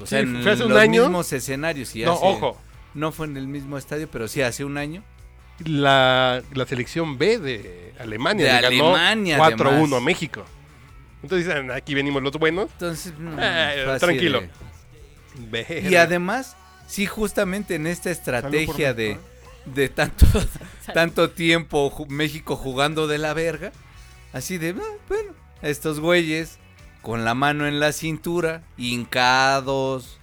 O sea,
Sí,
en
fue hace un
los
año.
mismos escenarios. Y
no,
hace-
ojo.
No fue en el mismo estadio, pero sí hace un año.
La, la selección B de Alemania
De
le ganó
Alemania,
4-1 a
además.
México. Entonces dicen, "Ah, aquí venimos los buenos.
Entonces, no,
Eh,
fue así
tranquilo.
de- Y
Verga.
además, sí, justamente en esta estrategia
Salud por
de,
¿eh?
México, ¿eh?
de tanto, tanto tiempo ju- México jugando de la verga, así de, "Ah, bueno, estos güeyes con la mano en la cintura, hincados,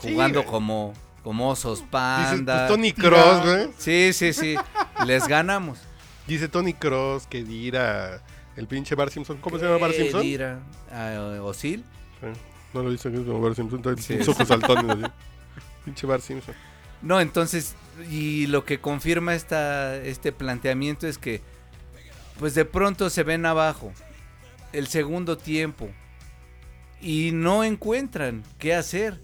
Sí,
jugando
güey.
como, como osos
Dices, pues,
panda.
Tony Cross, güey.
Sí, sí, sí, les ganamos.
Dice Tony Cross que dirá el pinche Bar Simpson. ¿Cómo se llama Bar
Eh,
Simpson?
Dira, ah, Osil.
Eh, No lo dice como Bar Simpson, está
Sí.
con sus ojos saltones, así. Pinche Bar Simpson.
No, entonces, y lo que confirma esta, este planteamiento es que, pues de pronto se ven abajo, el segundo tiempo, y no encuentran qué hacer.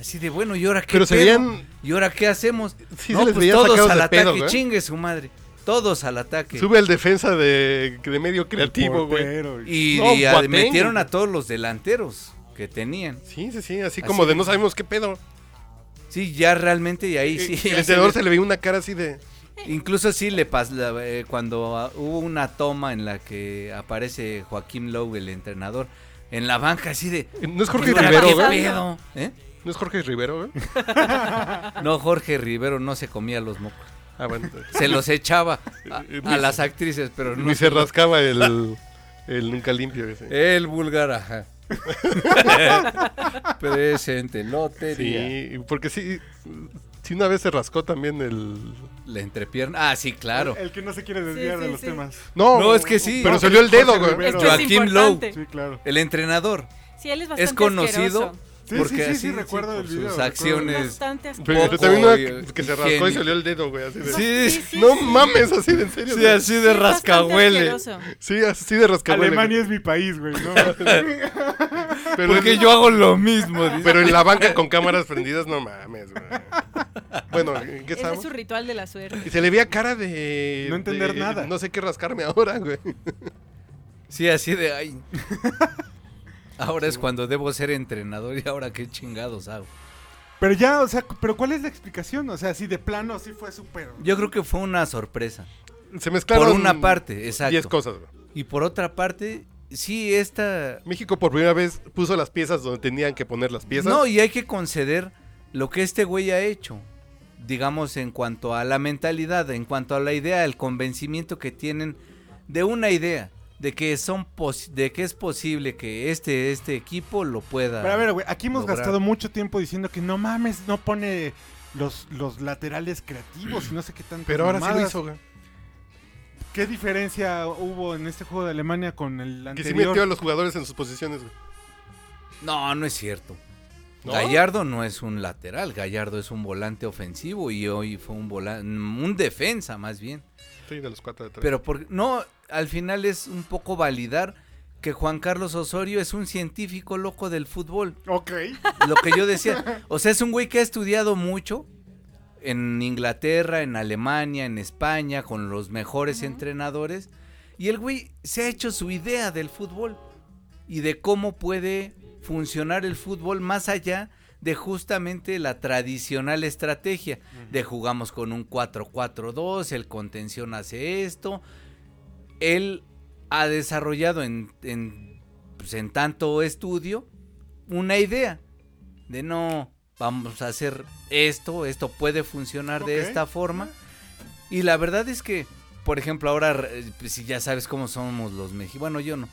Así de, bueno, ¿y ahora qué
Pero se
pedo?
veían-
¿Y ahora qué hacemos? pues,
Sí se les veía
todos
sacados
al
de
ataque,
pedo, güey.
chingue su madre. Todos al ataque.
Sube el defensa de, de medio
El
creativo, güey.
portero,
Y,
No,
y a-
Boateng.
metieron a todos los delanteros que tenían.
Sí, sí, sí, así como
Así.
de no sabemos qué pedo.
Sí, ya realmente, y ahí sí.
Y- y Eh, el
ya se
entrenador
ve-
se le veía una cara así de.
Incluso sí le pasa cuando ah, hubo una toma en la que aparece Joaquín Lowe, el entrenador, en la banca así de
No es Jorge
"Puta,
Rivero,
¿qué
güey.
pedo?". ¿Eh?
No es Jorge Rivero, güey.
No, Jorge Rivero no se comía los mocos.
Ah, bueno.
Se los echaba a, a las actrices, pero no.
Ni se rascaba el, el nunca limpio. güey, sí.
El vulgar, ajá. Presente, lotería.
Sí, porque sí. Sí, una vez se rascó también el.
La entrepierna. Ah, sí, claro.
El que no se quiere desviar
Sí,
de
sí,
los
sí.
temas.
No,
No, es que sí.
Pero salió el dedo,
Jorge
güey.
Es que es
Joaquín Lowe.
importante.
Sí, claro.
El entrenador
Sí, él es bastante
es conocido Pues,
asqueroso.
Sí,
porque
sí, sí, sí,
así,
recuerdo
por
el video,
sus
recuerdo.
acciones
Bastante asqueroso.
Pero
poco
también una
y-
que se
higiénico.
rascó y salió el dedo, güey. Así de,
pues, Sí,
Sí, sí,
no
sí.
mames, así de en serio.
sí,
güey.
así
Sí,
de
es bastante
rascahuele.
asqueroso.
Sí, así de rascahuele.
Alemania
güey.
es mi país, güey. ¿no?
Pero,
Porque
en-
yo hago lo mismo. dice.
pero en la banca con cámaras prendidas, no mames, güey. Bueno, ¿en ¿qué
Ese es
estamos?
su ritual de la suerte.
Y se le veía cara de.
No entender
de-
nada.
No sé qué rascarme ahora, güey.
Sí, así de ay. Ahora es cuando debo ser entrenador y ahora qué chingados hago.
Pero ya, o sea, pero ¿cuál es la explicación? O sea, si de plano sí fue súper.
Yo creo que fue una sorpresa.
Se mezclaron.
por una parte, exacto.
10 cosas, güey.
Y por otra parte, sí, esta...
México por primera vez puso las piezas donde tenían que poner las piezas.
No, y hay que conceder lo que este güey ha hecho. Digamos, en cuanto a la mentalidad, en cuanto a la idea, el convencimiento que tienen de una idea, de que son pos- de que es posible que este, este equipo lo pueda.
Pero a ver, güey, aquí hemos
lograr.
gastado mucho tiempo diciendo que no mames, no pone los, los laterales creativos y no sé qué tanto.
pero ahora sí lo hizo, güey.
¿Qué diferencia hubo en este juego de Alemania con el
Que sí
anterior?
metió a los jugadores en sus posiciones, güey.
No, no es cierto.
¿No?
Gallardo no es un lateral, Gallardo es un volante ofensivo y hoy fue un volante, un defensa más bien.
Sí, de los cuatro de atrás.
Pero por, no, al final es un poco validar que Juan Carlos Osorio es un científico loco del fútbol.
Ok.
Lo que yo decía, o sea, es un güey que ha estudiado mucho en Inglaterra, en Alemania, en España, con los mejores entrenadores. Y el güey se ha hecho su idea del fútbol y de cómo puede funcionar el fútbol más allá de justamente la tradicional estrategia de jugamos con un 4-4-2, el contención hace esto. Él ha desarrollado en, en, pues, en tanto estudio una idea de no, vamos a hacer esto, esto puede funcionar
Ok.
de esta forma. Y la verdad es que por ejemplo, ahora, eh, pues, si ya sabes cómo somos los mexicanos, bueno, yo no.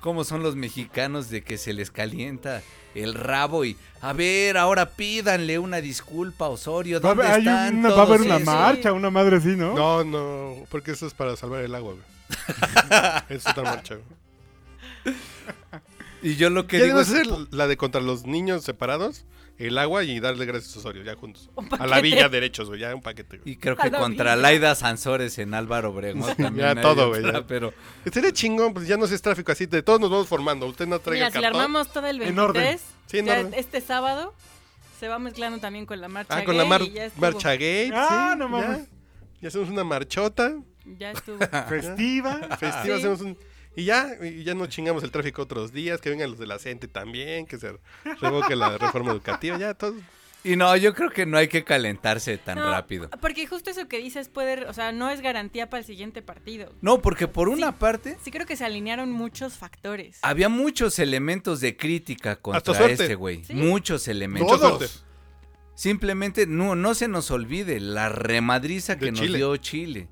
¿Cómo son los mexicanos de que se les calienta el rabo y a ver, ahora pídanle una disculpa a Osorio?
Va a,
¿Dónde
haber- hay
están
una- va a haber
todos
una
esos?
marcha, una madre así, ¿no? Ah,
No, no, porque eso es para salvar el agua, güey. es otra marcha, güey.
Y yo lo que
¿Qué
digo es,
hacer la de contra los niños separados? El agua y darle gracias a Osorio, ya juntos.
Un
A la
paquete.
Villa Derechos, güey, ya un paquete. güey.
y creo
A
que
la
contra
vida.
Laida Sansores en Álvaro Obregón también hay
todo,
otra,
güey, ya.
Pero
Sería chingón, pues ya no es tráfico así, de todos nos vamos formando. Usted no traiga
Mira,
el
si la
cartón.
armamos toda el
En orden.
23,
Sí, en
ya
orden.
este sábado se va mezclando también con la marcha.
ah, con la
gay
mar-
y ya estuvo.
marcha gay.
Ah,
sí,
no
ya.
mames.
Y hacemos una marchota.
Ya estuvo.
Festiva.
Festiva,
Sí.
hacemos un. Y ya, y ya no chingamos el tráfico otros días, que vengan los de la gente también, que se revoque la reforma educativa, ya todos.
y no, yo creo que no hay que calentarse tan
No,
rápido.
Porque justo eso que dices puede, o sea, no es garantía para el siguiente partido.
No, porque por una parte
Sí creo que se alinearon muchos factores.
había muchos elementos de crítica contra
suerte.
este güey,
Sí.
muchos elementos.
Mucha suerte.
Simplemente no, no se nos olvide la remadriza
De
que nos
Chile.
dio Chile,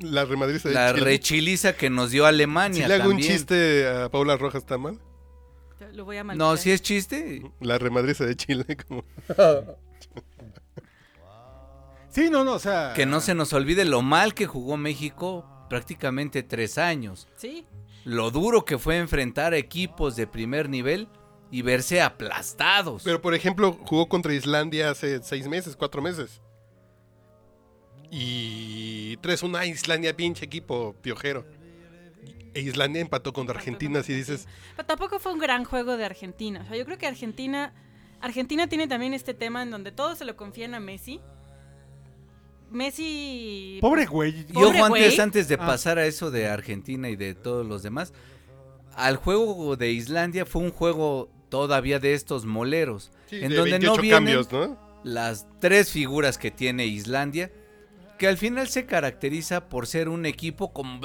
La remadriza de
la
Chile.
rechiliza que nos dio Alemania.
Si le hago un
también.
chiste a Paula Rojas, ¿está mal?
Lo voy a mal.
No, si es chiste.
La remadriza de Chile, como.
Sí, no, no, o sea.
Que no se nos olvide lo mal que jugó México prácticamente tres años.
Sí.
Lo duro que fue enfrentar a equipos de primer nivel y verse aplastados.
Pero por ejemplo, jugó contra Islandia hace seis meses, cuatro meses. Y 3-1 a Islandia, pinche equipo piojero. E Islandia empató contra Argentina, si dices.
Pero tampoco fue un gran juego de Argentina. O sea, yo creo que Argentina. Argentina tiene también este tema en donde todos se lo confían a Messi. Messi.
Pobre güey.
Yo,
Pobre
Juan, antes,
güey.
antes de
Ah.
pasar a eso de Argentina y de todos los demás, al juego de Islandia fue un juego todavía de estos moleros,
sí,
en
de
donde
28
no vienen
cambios, ¿no?
las tres figuras que tiene Islandia, que al final se caracteriza por ser un equipo con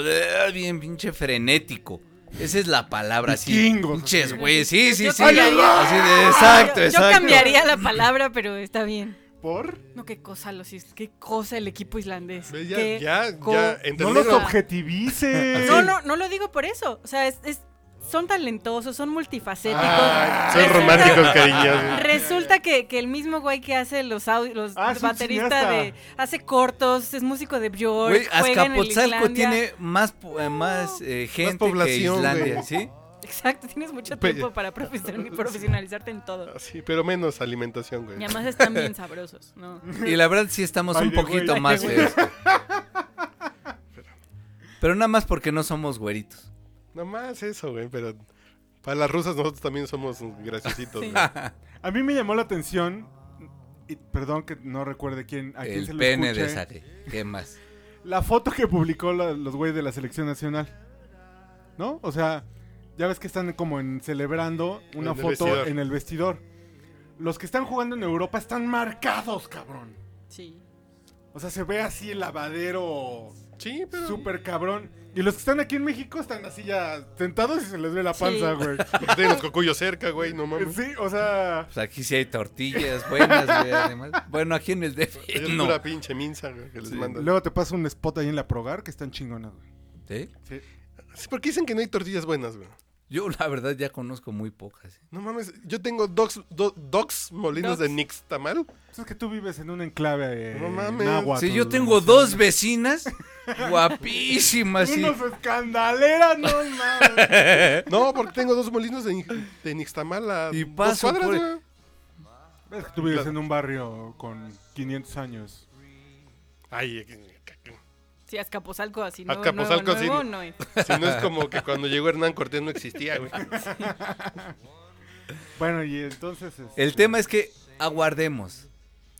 bien pinche frenético. Esa es la palabra, así.
Vikingos,
Pinches,
así.
güey, sí, sí,
Yo
sí.
cambiaría-
Así de, exacto,
yo,
exacto.
Yo cambiaría la palabra, pero está bien.
¿Por?
No, qué cosa los is- qué cosa el equipo islandés.
Ve, ya-
Qué
ya- ya
cosa.
No
entendí.
los
Entendido.
objetivices.
No, no, no lo digo por eso. O sea, es, es- son talentosos, son multifacéticos.
Ay, son
Resulta-
románticos, cariñosos.
Resulta que, que el mismo güey que hace los audios, los
Ah, es un
baterista
cineasta.
de hace cortos, es músico de Björk,
Güey,
juega en el
Azcapotzalco
Islandia.
tiene más, po- eh, más eh, gente que
población, güey.
Islandia, ¿sí?
Exacto, tienes mucho
Pe-
tiempo para profesion- profesionalizarte en todo.
Así, ah, pero menos alimentación, güey.
Y además están bien sabrosos, ¿no?
Y la verdad sí estamos
Ay,
un
de güey.
poquito
Ay, de
más
güey.
feos. Pero nada más porque no somos güeritos.
Nomás eso, güey, pero. Para las rusas nosotros también somos graciositos.
Sí.
güey.
A mí me llamó la atención. Y perdón que no recuerde quién, a quién se
El
lo eh?
pene
escuché,
de Sage. ¿Qué más?
La foto que publicó la- los güeyes de la selección nacional. ¿No? O sea, ya ves que están como en celebrando una
En el
foto
vestidor.
en el vestidor. Los que están jugando en Europa están marcados, cabrón.
Sí.
O sea, se ve así el lavadero
Sí, pero.
súper cabrón. Y los que están aquí en México están así ya sentados y se les ve la
Sí.
panza, güey.
Tienen los cocuyos cerca, güey, no mames.
Sí, o sea,
Pues aquí sí hay tortillas buenas, güey, además. Bueno, aquí en el DF
Es
no.
pura pinche minza, güey, que les mandan.
luego te pasa un spot ahí en la Progar que están chingonas, güey.
¿Sí?
Sí, ¿Por qué dicen que no hay tortillas buenas, güey?
Yo la verdad ya conozco muy pocas. ¿eh?
No mames, yo tengo Docs, do- docs Molinos de Nixtamal.
Pues es que tú vives en un enclave eh,
No mames.
náhuatl.
Sí, yo tengo dos vecinas guapísimas. y-
Unos escandaleras, no mames.
No, porque tengo dos molinos de, Ni- de Nixtamal a
Y
dos
paso
cuadras,
por-
güey.
es que tú vives en un barrio con 500 años.
Ay, eh,
Sí, Azcapotzalco así, ¿no?
Azcapotzalco así,
nuevo,
¿no?
nuevo, no es.
si no es como que cuando llegó Hernán Cortés no existía, güey.
Bueno, y entonces... este,
El tema es que aguardemos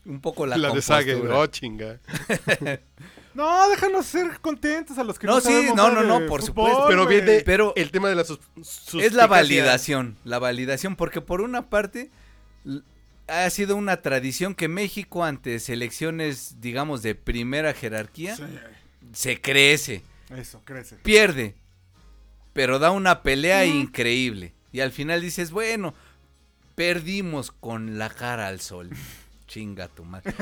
un poco la,
La, de Sague,
compostura.
no, chinga.
No, déjanos ser contentos a los que no,
No, sí,
sabemos
no,
nada
no, no,
de
por
fútbol,
supuesto.
Pero
güey.
viene
Pero-
el tema de la sus-
Es la
suspicacia.
validación, la validación, porque por una parte l- ha sido una tradición que México ante selecciones, digamos, de primera jerarquía,
Sí,
se crece,
eso, crece.
pierde, pero da una pelea increíble. Y al final dices, bueno, perdimos con la cara al sol. Chinga tu madre.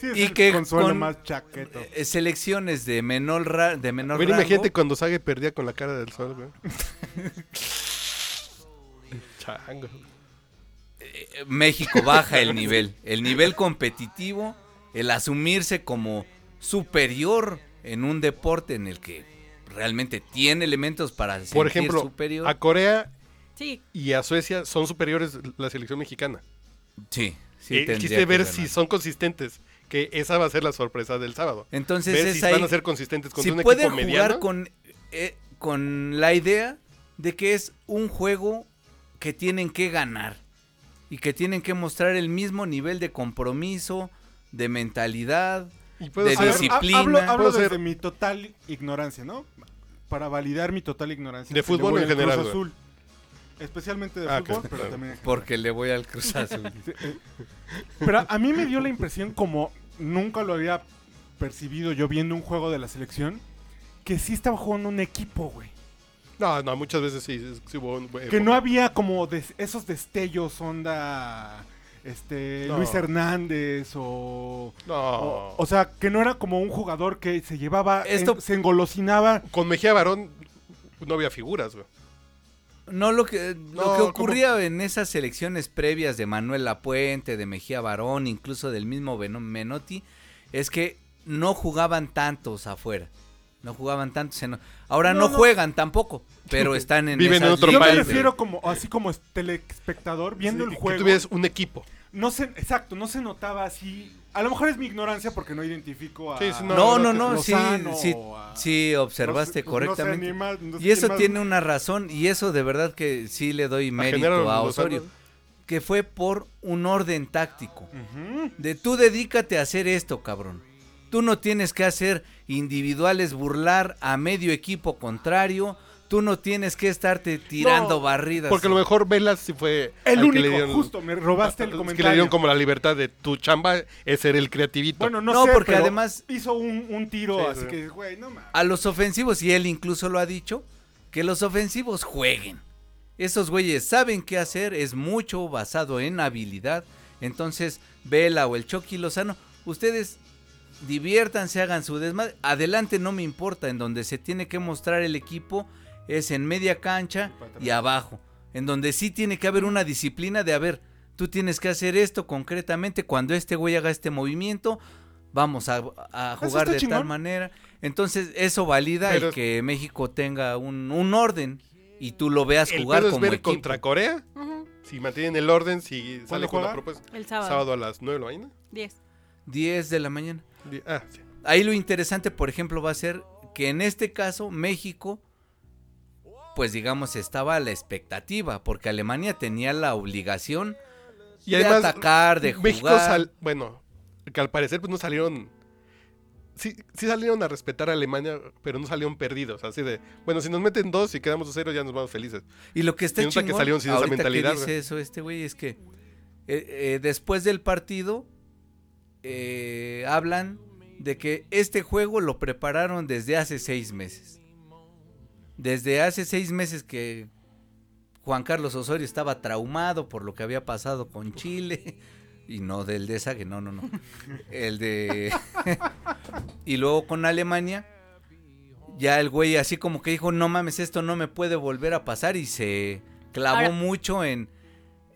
Sí, es
Y
el
que
consuelo
con-
más chaqueto.
Eh, selecciones de menor, ra- de menor
Güey,
rango.
imagínate cuando Sage perdía con la cara del sol, güey. Chango.
Eh, México baja el nivel, el nivel competitivo, el asumirse como superior en un deporte en el que realmente tiene elementos para sentir
Por ejemplo,
superior.
a Corea
Sí,
y a Suecia son superiores la selección mexicana.
Sí, sí
Eh,
tendría
quise
que
ver
ganar.
si son consistentes, que esa va a ser la sorpresa del sábado.
Entonces
ver
es
si
ahí-
van a ser consistentes con
si
un
pueden
equipo
jugar
mediano.
con eh, con la idea de que es un juego que tienen que ganar y que tienen que mostrar el mismo nivel de compromiso, de mentalidad.
Y puedo
de
A ver,
ser- Ah,
ha-
disciplina.
Hablo, hablo
Puedo
desde
ser-
mi total ignorancia, ¿no? Para validar mi total ignorancia.
De
Le
fútbol
voy
en
al
general,
Cruz
güey.
Azul. Especialmente de
Ah,
fútbol,
claro. eh.
pero también.
Porque le voy al Cruz Azul.
Pero a mí me dio la impresión, como nunca lo había percibido yo viendo un juego de la selección, que sí estaba jugando un equipo, güey.
No, no, muchas veces sí, es- sí hubo un- eh,
Que no había como des- esos destellos, onda. Este,
No.
Luis Hernández o,
No.
o. o sea, que no era como un jugador que se llevaba.
Esto-
en- se engolosinaba.
Con Mejía Barón no había figuras, güey.
No, lo que, lo
No,
que
¿cómo?
ocurría en esas selecciones previas de Manuel Lapuente, de Mejía Barón, incluso del mismo Beno- Menotti, es que no jugaban tantos afuera. No jugaban tantos. en- Ahora no,
No, no.
juegan tampoco, pero están en
Viven en
esas
otro
Yo
ligas
me
país,
de-
refiero como, así como es- teleespectador, viendo
Sí,
el juego.
Que tuvieras un equipo.
No se, exacto, no se notaba así. A lo mejor es mi ignorancia porque no identifico a.
Sí, sí,
No, no,
no,
no, sí,
Lozano
sí,
o a-
sí, observaste
no sé-
correctamente.
no sé ni más, no sé
y eso
quién más-
tiene una razón, y eso de verdad que sí le doy mérito
Genaro
a
Lozano.
Osorio, que fue por un orden táctico.
Ujú.
De tú dedícate a hacer esto, cabrón. Tú no tienes que hacer individuales burlar a medio equipo contrario. Tú no tienes que estarte tirando
No,
barridas.
Porque a lo mejor Velas sí fue
El
al que
único,
le dieron-
justo, me robaste el
Es
comentario.
que le dieron como la libertad de tu chamba es ser el creativito.
Bueno, no,
No,
sé,
porque
pero
además-
Hizo un, un tiro,
Sí,
así
sí.
que, güey, no mames.
A los ofensivos, y él incluso lo ha dicho, que los ofensivos jueguen. Esos güeyes saben qué hacer, es mucho basado en habilidad. Entonces, Vela o el Chucky Lozano, ustedes diviértanse, hagan su desmadre. Adelante no me importa, en donde se tiene que mostrar el equipo es en media cancha y abajo. En donde sí tiene que haber una disciplina de, a ver, tú tienes que hacer esto concretamente, cuando este güey haga este movimiento, vamos a, a
Eso
jugar
está
de tal
chingón.
manera. Entonces eso valida
Pero-
el que México tenga un, un orden y tú lo veas
el
jugar
pedo es
como
ver
equipo.
contra Corea,
ujú,
si mantienen el orden, si sale con la
juega?
propuesta.
el sábado.
Sábado a las 9 de la mañana.
10.
10 de la mañana.
Di- Ah, sí.
Ahí lo interesante, por ejemplo, va a ser que en este caso México, pues digamos, estaba a la expectativa, porque Alemania tenía la obligación
Y
de
además,
atacar, de jugar.
México sal- bueno, que al parecer pues no salieron sí, sí salieron a respetar a Alemania, pero no salieron perdidos, así de, bueno, si nos meten dos y quedamos a cero ya nos vamos felices.
Y lo que está
Me gusta que
chingón,
salieron sin esa
ahorita que
mentalidad,
dice
güey.
eso este güey es que eh, eh, después del partido eh, hablan de que este juego lo prepararon desde hace seis meses. Desde hace seis meses que Juan Carlos Osorio estaba traumado por lo que había pasado con Chile. Y no del desague, no, no, no. El de... y luego con Alemania ya el güey así como que dijo, no mames, esto no me puede volver a pasar y se clavó
Ahora-
mucho en,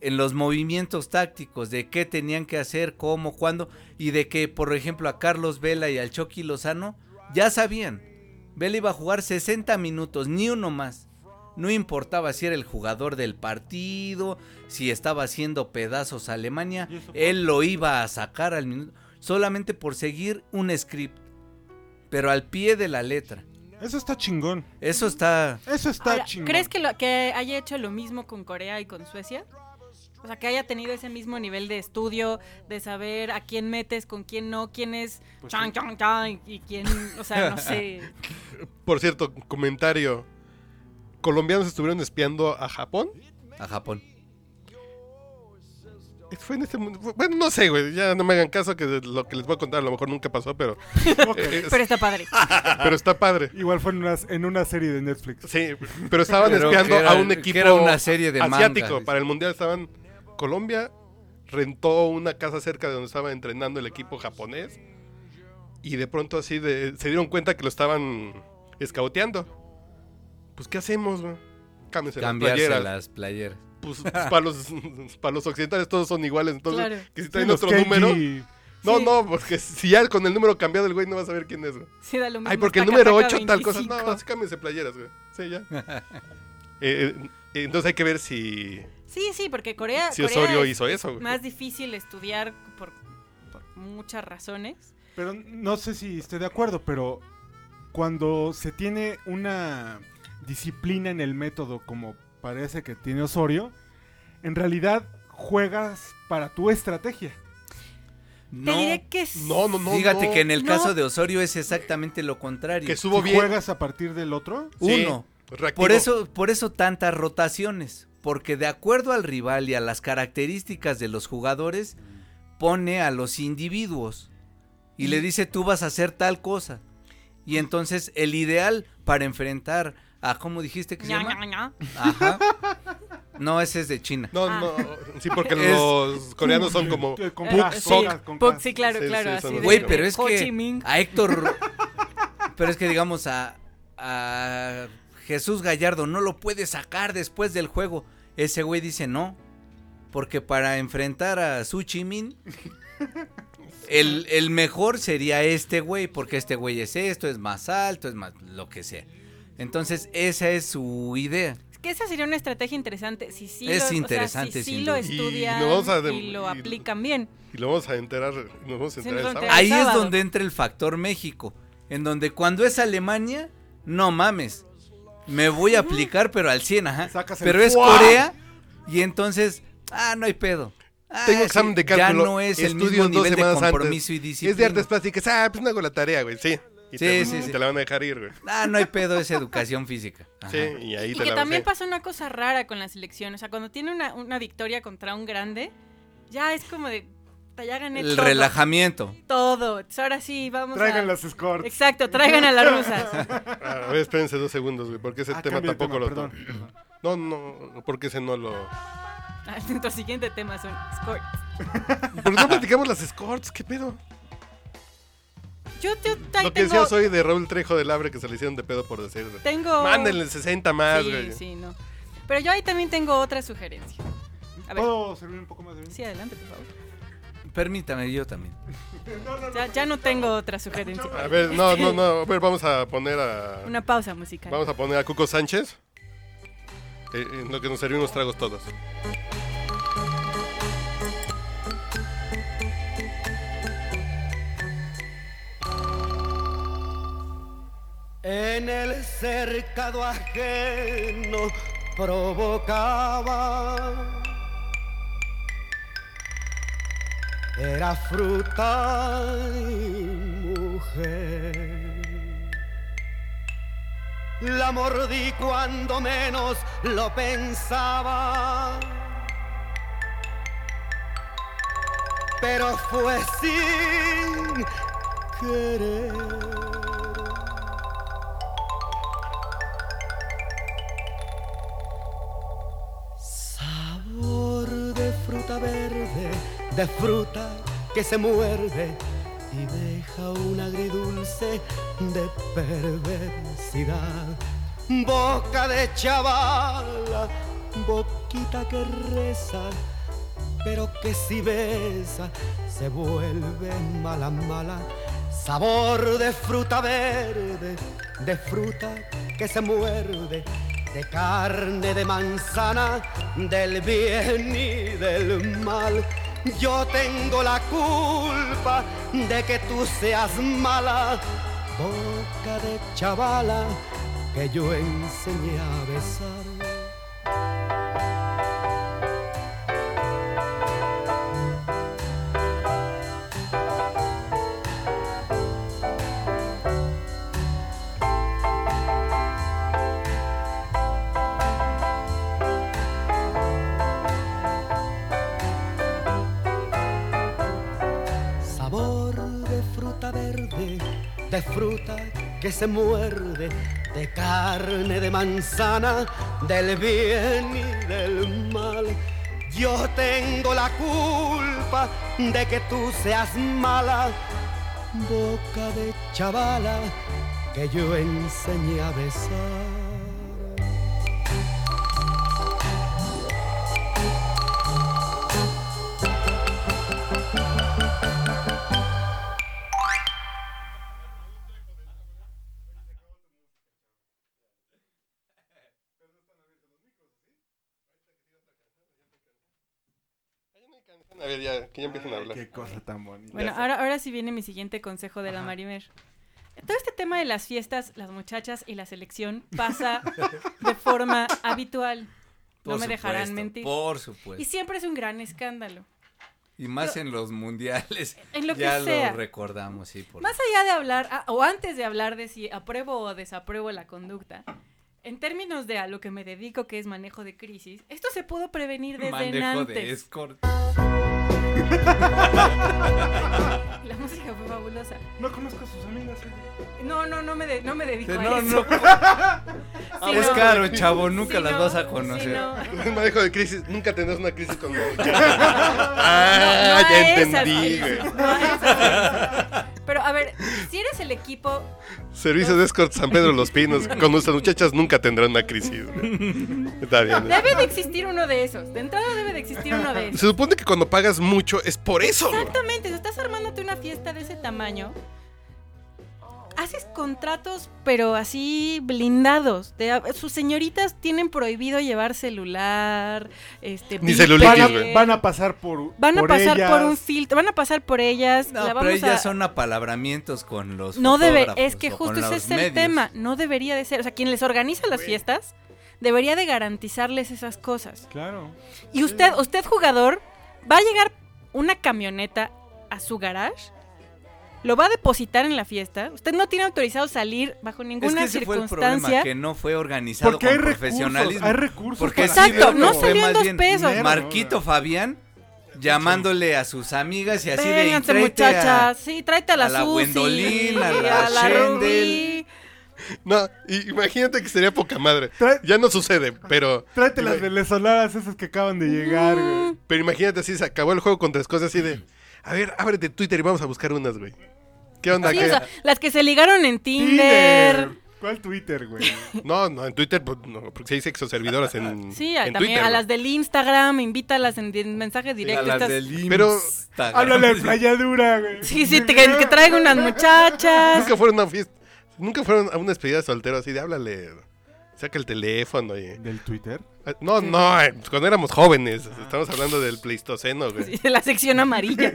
en los movimientos tácticos, de qué tenían que hacer, cómo, cuándo, y de que, por ejemplo, a Carlos Vela y al Chucky Lozano ya sabían, Vela iba a jugar 60 minutos, ni uno más. No importaba si era el jugador del partido, si estaba haciendo pedazos a Alemania, él lo iba a sacar al minuto, solamente por seguir un script, pero al pie de la letra.
Eso está chingón.
Eso está.
Eso está
Ahora,
chingón.
¿Crees que, lo- que haya hecho lo mismo con Corea y con Suecia? O sea, que haya tenido ese mismo nivel de estudio, de saber a quién metes, con quién no, quién es
Pues
chan, chan, chan, y quién, o sea, no sé.
Por cierto, comentario. Colombianos estuvieron espiando a Japón.
A Japón.
Fue en este mundo. fue- Bueno, no sé, güey. Ya no me hagan caso que lo que les voy a contar a lo mejor nunca pasó, pero, eh, es-
Pero está padre.
Ah. pero está padre.
Igual fue en una, en una serie de Netflix.
Sí, pero estaban
Pero que
espiando
era-
a un
que
equipo
era una serie de manga.
asiático. Para el mundial estaban Colombia, rentó una casa cerca de donde estaba entrenando el equipo japonés y de pronto así de- se dieron cuenta que lo estaban escauteando. Pues, ¿qué hacemos, güey? Cámbiense las
Cambiarse
playeras.
las playeras.
Pues, pues, para, los, para los occidentales todos son iguales, entonces,
Claro.
que si
Sí,
traen
los
otro
Kenji-
número... No,
Sí.
no, porque si ya con el número cambiado el güey no va a saber quién es, güey.
Sí, da lo mismo.
Ay, porque el
taca,
número
taca,
8 tal cosa.
25.
No, así cámbiense playeras, güey. Sí, ya. Eh, eh, entonces hay que ver si,
Sí, sí, porque Corea,
si
Corea
Osorio
es
hizo eso, güey.
más difícil estudiar por, por muchas razones.
Pero no sé si esté de acuerdo, pero cuando se tiene una disciplina en el método como parece que tiene Osorio, en realidad juegas para tu estrategia.
Te diré
No,
que s-
No, no, no.
fíjate
no.
que en el
No.
caso de Osorio es exactamente lo contrario.
Que subo
Si
bien.
juegas a partir del otro,
Sí,
Uno.
reactivo.
Por eso, por eso tantas rotaciones, porque de acuerdo al rival y a las características de los jugadores, pone a los individuos y le dice tú vas a hacer tal cosa. Y entonces el ideal para enfrentar a, ¿cómo dijiste que se
ña,
llama?
ña, ña.
Ajá. No, ese es de China.
No,
Ah.
no. Sí, porque
Es-
los coreanos son como.
Eh, con
Eh,
K,
sí,
con K, con K.
Puck, sí, claro,
Sí, sí,
claro.
son
así
los
de-
Güey,
de
pero es
Ho Chi
que
Minh.
a Héctor... Pero es que digamos a, a Jesús Gallardo no lo puede sacar después del juego. Ese güey dice no. Porque para enfrentar a Su Chi Minh, el, el mejor sería este güey. Porque este güey es esto, es más alto, es más lo que sea. Entonces esa es su idea.
Es que esa sería una estrategia interesante. Si
Es
sí lo, o sea, si
interesante,
sí
sin
lo
duda.
Y
estudian
nos vamos a de-
y lo
y-
aplican bien.
Y lo vamos a enterar. Nos vamos a
Sí,
enterar
nos
el
vamos a
sábado.
Ahí es
sábado.
donde entra el factor México. En donde cuando es Alemania, no mames. Me voy a aplicar, pero al 100, ajá.
Sacas el
pero es
¡fua!
Corea y entonces, ah, no hay pedo. Ah,
Tengo
sí,
examen de cálculo.
Ya no es el
estudio
mismo
dos
nivel de
semanas antes.
compromiso y disciplina.
Es de artes plásticas. Ah, pues no hago la tarea, güey. Sí. Y
Sí,
te,
sí,
y
sí.
te la van a dejar ir, güey.
Ah, no hay pedo, es educación física. Ajá.
Sí, y ahí
Y
te
que
la
también
sí.
pasa una cosa rara con la selección. O sea, cuando tiene una, una victoria contra un grande, ya es como de. "Ta, Ya gané
El
todo.
relajamiento.
Todo. Entonces, ahora sí, vamos a.
Traigan las escorts.
Exacto, traigan a las rusas.
A ver, Ah, espérense dos segundos, güey, porque ese
Ah,
tema
cambio de
tampoco
tema,
lo.
perdón, perdón.
No, no, porque ese no lo.
Ah, Nuestro siguiente tema son escorts.
¿Por qué no platicamos las escorts? ¿Qué pedo?
Yo, yo ahí
Lo que
tengo,
decías hoy de Raúl Trejo del Abre que se le hicieron de pedo por decirlo.
tengo...
Mándenle 60 más,
Sí,
güey.
sí, no. Pero yo ahí también tengo otra sugerencia. A ver,
Oh.
¿Puedo servir un poco más de vino?
sí, adelante, por favor.
Permítame, yo también.
Ya, ya no tengo otra sugerencia.
A ver, no, no, no. A ver, vamos a poner a.
Este Una pausa musical.
Vamos a poner a Cuco Sánchez. eh, en lo que nos sirvió unos tragos todos.
En el cercado ajeno provocaba. Era fruta y mujer. La mordí cuando menos lo pensaba. Pero fue sin querer. Sabor de fruta verde, de fruta que se muerde y deja un agridulce de perversidad. Boca de chavala, boquita que reza, pero que si besa se vuelve mala, mala. Sabor de fruta verde, de fruta que se muerde, de carne de manzana, del bien y del mal. Yo tengo la culpa de que tú seas mala, boca de chavala que yo enseñé a besar. Sabor de fruta verde, de fruta que se muerde, de carne de manzana, del bien y del mal. Yo tengo la culpa de que tú seas mala, boca de chavala que yo enseñé a besar.
A ver, ya, que ya empiecen a hablar.
Qué cosa tan bonita.
Bueno,
sé.
ahora, ahora sí viene mi siguiente consejo de la Marimer. Todo este tema de las fiestas, las muchachas y la selección pasa de forma habitual. No me
Por
dejarán
supuesto,
mentir.
Por
Y
supuesto.
siempre es un gran escándalo.
Y más en los mundiales.
En lo que
ya
sea.
lo recordamos, sí. Por...
Más allá de hablar, a- o antes de hablar de si apruebo o desapruebo la conducta, en términos de a lo que me dedico, que es manejo de crisis, esto se pudo prevenir desde
Manejo de
antes.
escort.
La música fue fabulosa.
No conozco a sus amigas. ¿eh? oye.
No, no, no me, de- no me dedico a
No,
eso.
no. Ah,
Sí,
es
no.
caro, chavo.
Sí,
Nunca las
no,
vas a
sí,
conocer.
no.
El manejo de crisis, nunca tendrás una crisis con
No,
Ah,
no
ya
a esas
entendí,
crisis,
güey.
no a esas crisis. Pero a ver, si eres el equipo,
Servicio de escort San Pedro Los Pinos. Con nuestras muchachas nunca tendrán una crisis, güey. Está bien.
debe de existir uno de esos. De entrada debe de existir uno de esos.
Se supone que cuando pagas mucho es por eso, güey.
Exactamente, si estás armándote una fiesta de ese tamaño, haces contratos, pero así blindados. de- sus señoritas tienen prohibido llevar celular, este,
Ni
bíped.
celulitis,
Van a,
Oye, güey.
van a pasar por.
Van a pasar
ellas.
por un filtro, van a pasar por ellas.
No,
la
pero
vamos
ellas
a-
son apalabramientos con los
No debe,
fotógrafos
es que
o con
justo ese
los
es el
medios.
tema, no debería de ser, o sea, quien les organiza las fiestas debería de garantizarles esas cosas.
Claro.
Y usted, usted jugador, va a llegar una camioneta a su garage, lo va a depositar en la fiesta, usted no tiene autorizado salir bajo
Es que
ninguna
ese fue el
circunstancia.
problema, que no fue organizado
Porque
con
hay recursos.
profesionalismo.
Hay recursos.
Porque
para
Exacto,
hacerlo.
no
fue
salió en
más
dos
bien
pesos.
Mierda,
Marquito
¿no?
Fabián llamándole a sus amigas y así
Vénganse,
de "Tráete a-
muchachas, sí, tráete a la,
a la
Susi,
Gwendolyn, a
y
la Shendel".
Rubí.
No, y- imagínate que sería poca madre.
Trae-
Ya no sucede, pero.
Tráete las venezolanas esas que acaban de llegar, güey.
Mm,
Pero imagínate así, se acabó el juego con tres cosas así de. A ver, ábrete Twitter y vamos a buscar unas, güey. ¿Qué onda?
Sí,
¿Qué-
o sea, las que se ligaron en Tinder.
¿Cuál Twitter, güey?
No, no, en Twitter, pues, no, porque se dice exoservidoras en.
Sí, a-
en
también
Twitter,
a
güey.
las del Instagram, invítalas en di- en mensajes
a
directos.
las
estas-
del
Pero-
Instagram".
Háblale de playadura, güey.
Sí, sí, te- que, que traigo unas muchachas.
Nunca fueron a una fiesta. Nunca fueron a una despedida de soltero así de háblale. Saca el teléfono y.
¿Del Twitter?
Ah, No, no, eh, pues, cuando éramos jóvenes. Estamos hablando del Pleistoceno, güey.
Sí, la sección amarilla.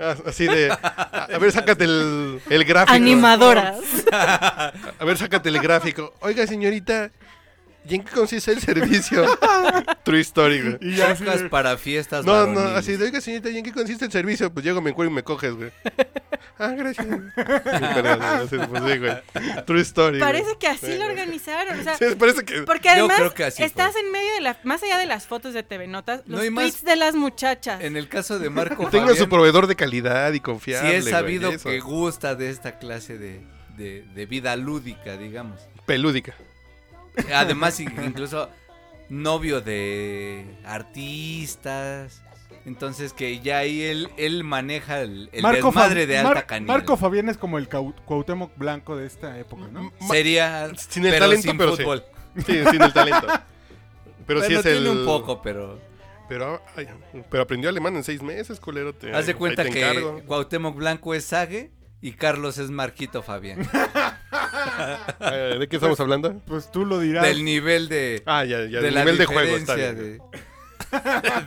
Ah, Así de. A, a ver, sácate el, el gráfico.
Animadoras.
A ver, sácate el gráfico. Oiga, señorita, ¿y en qué consiste el servicio? True story, güey.
Y ya así
Chacas
de-
para fiestas
No, no,
varoniles.
así de, oiga, señorita, ¿y en qué consiste el servicio? Pues llego, me encuentro y me coges, güey. Ah, gracias. güey. Pero, no, así, pues, sí, güey. True story. güey.
Parece que así
Sí,
lo
güey.
organizaron. O sea,
Sí, parece que.
porque
Yo
además
creo que así fue.
estás en medio de la. Más allá de las fotos de TV Notas,
No,
los
y más-
tweets de las muchachas.
En el caso de Marco
Tenga su
Fabián,
proveedor de calidad y confiable.
sí es
güey,
sabido
eso.
que gusta de esta clase de, de- de vida lúdica, digamos.
Pelúdica.
Además, in- incluso novio de artistas. Entonces que ya ahí él, él maneja el, el
Fa-
desmadre de alta
Mar-
canilla.
Marco Fabián es como el Cau- Cuauhtémoc Blanco de esta época,
Mm,
¿no?
Sería
Sin el
pero
talento,
sin
pero sí.
fútbol.
Sí, sin el talento. Pero sí
Bueno,
es el.
tiene un poco, pero
Pero, ay, pero aprendió alemán en seis meses, culero. Te,
haz de
ahí
cuenta
te
que
encargo.
Cuauhtémoc Blanco es Sage y Carlos es Marquito Fabián.
Eh, ¿De qué estamos hablando?
Pues tú lo dirás.
del nivel de
Ah, ya, ya.
de
el
la
nivel de juego
diferencia
está bien.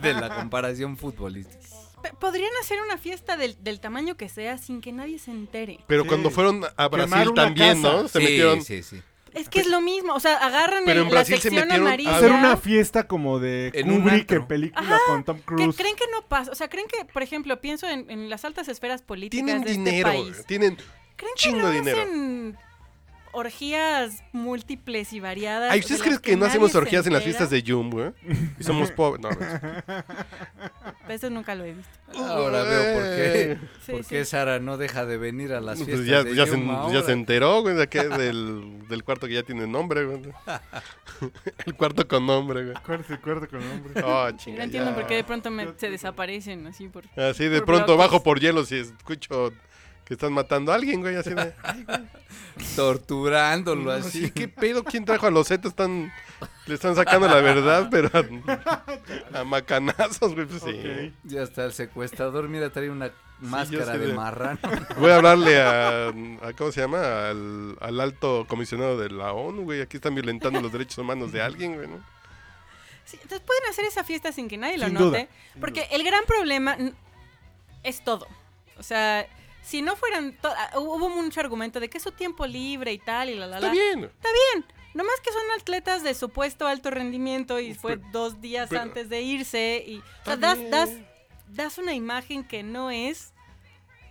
de, de la comparación futbolística.
P- Podrían hacer una fiesta del, del tamaño que sea sin que nadie se entere.
Pero
Sí.
cuando fueron a Brasil
una
también,
casa.
¿no? Se
sí,
metieron.
sí, sí.
Es que es lo mismo. O sea, agarran
Pero
el-
en
la
Brasil se
sección
metieron a
amarilla.
Hacer una fiesta como de
En un
Kubrick
antro.
en película con Tom
que
Cruise.
creen que no pasa. O sea, creen que, por ejemplo, pienso en, en las altas esferas políticas
Tienen
de
dinero,
este
güey,
país.
tienen.
¿Creen que
chingo
no
de dinero.
hacen orgías múltiples y variadas?
Ay,
de
¿ustedes
las
creen que no
nadie
hacemos
se
orgías en las
entera?
fiestas de Jumbo, güey? Y somos pobres. No, no,
Ese nunca lo he visto.
Ahora veo por qué,
Sí,
por
sí.
qué Sara no deja de venir a las
Pues
fiestas
ya,
de
ya se,
Yuma
ya
ahora.
se enteró, güey, de que es del, del cuarto que ya tiene nombre, güey. El cuarto con nombre, güey.
Acuérdate, acuérdate con el hombre.
Oh,
Yo
chinga,
no entiendo
ya.
por qué de pronto me- se desaparecen así. Por...
Así de
por
pronto
bloques.
bajo por hielo si escucho que están matando a alguien, güey. Así de. ay, güey,
Torturándolo
así,
así.
Pues ¿Qué pedo? ¿Quién trajo a los Zetas? Están, le están sacando la verdad, pero a, a macanazos, güey. Pues sí.
Ok.
Ya está el secuestrador, mira, trae una
yo
máscara
sé
de
de-
marrano.
Voy a hablarle a, a- ¿Cómo se llama? Al, al alto comisionado de la ONU, güey. Aquí están violentando los derechos humanos de alguien, güey. ¿no?
Sí, entonces pueden hacer esa fiesta sin que nadie lo
Sin
note.
duda,
porque el gran problema n- es todo. O sea, si no fueran. to- ah, Hubo mucho argumento de que es su tiempo libre y tal y la la
Está
la.
bien.
Nomás que son atletas de supuesto alto rendimiento y fue dos días
pero-
antes de irse. Y, o sea,
Está
das,
bien.
das, das una imagen que no es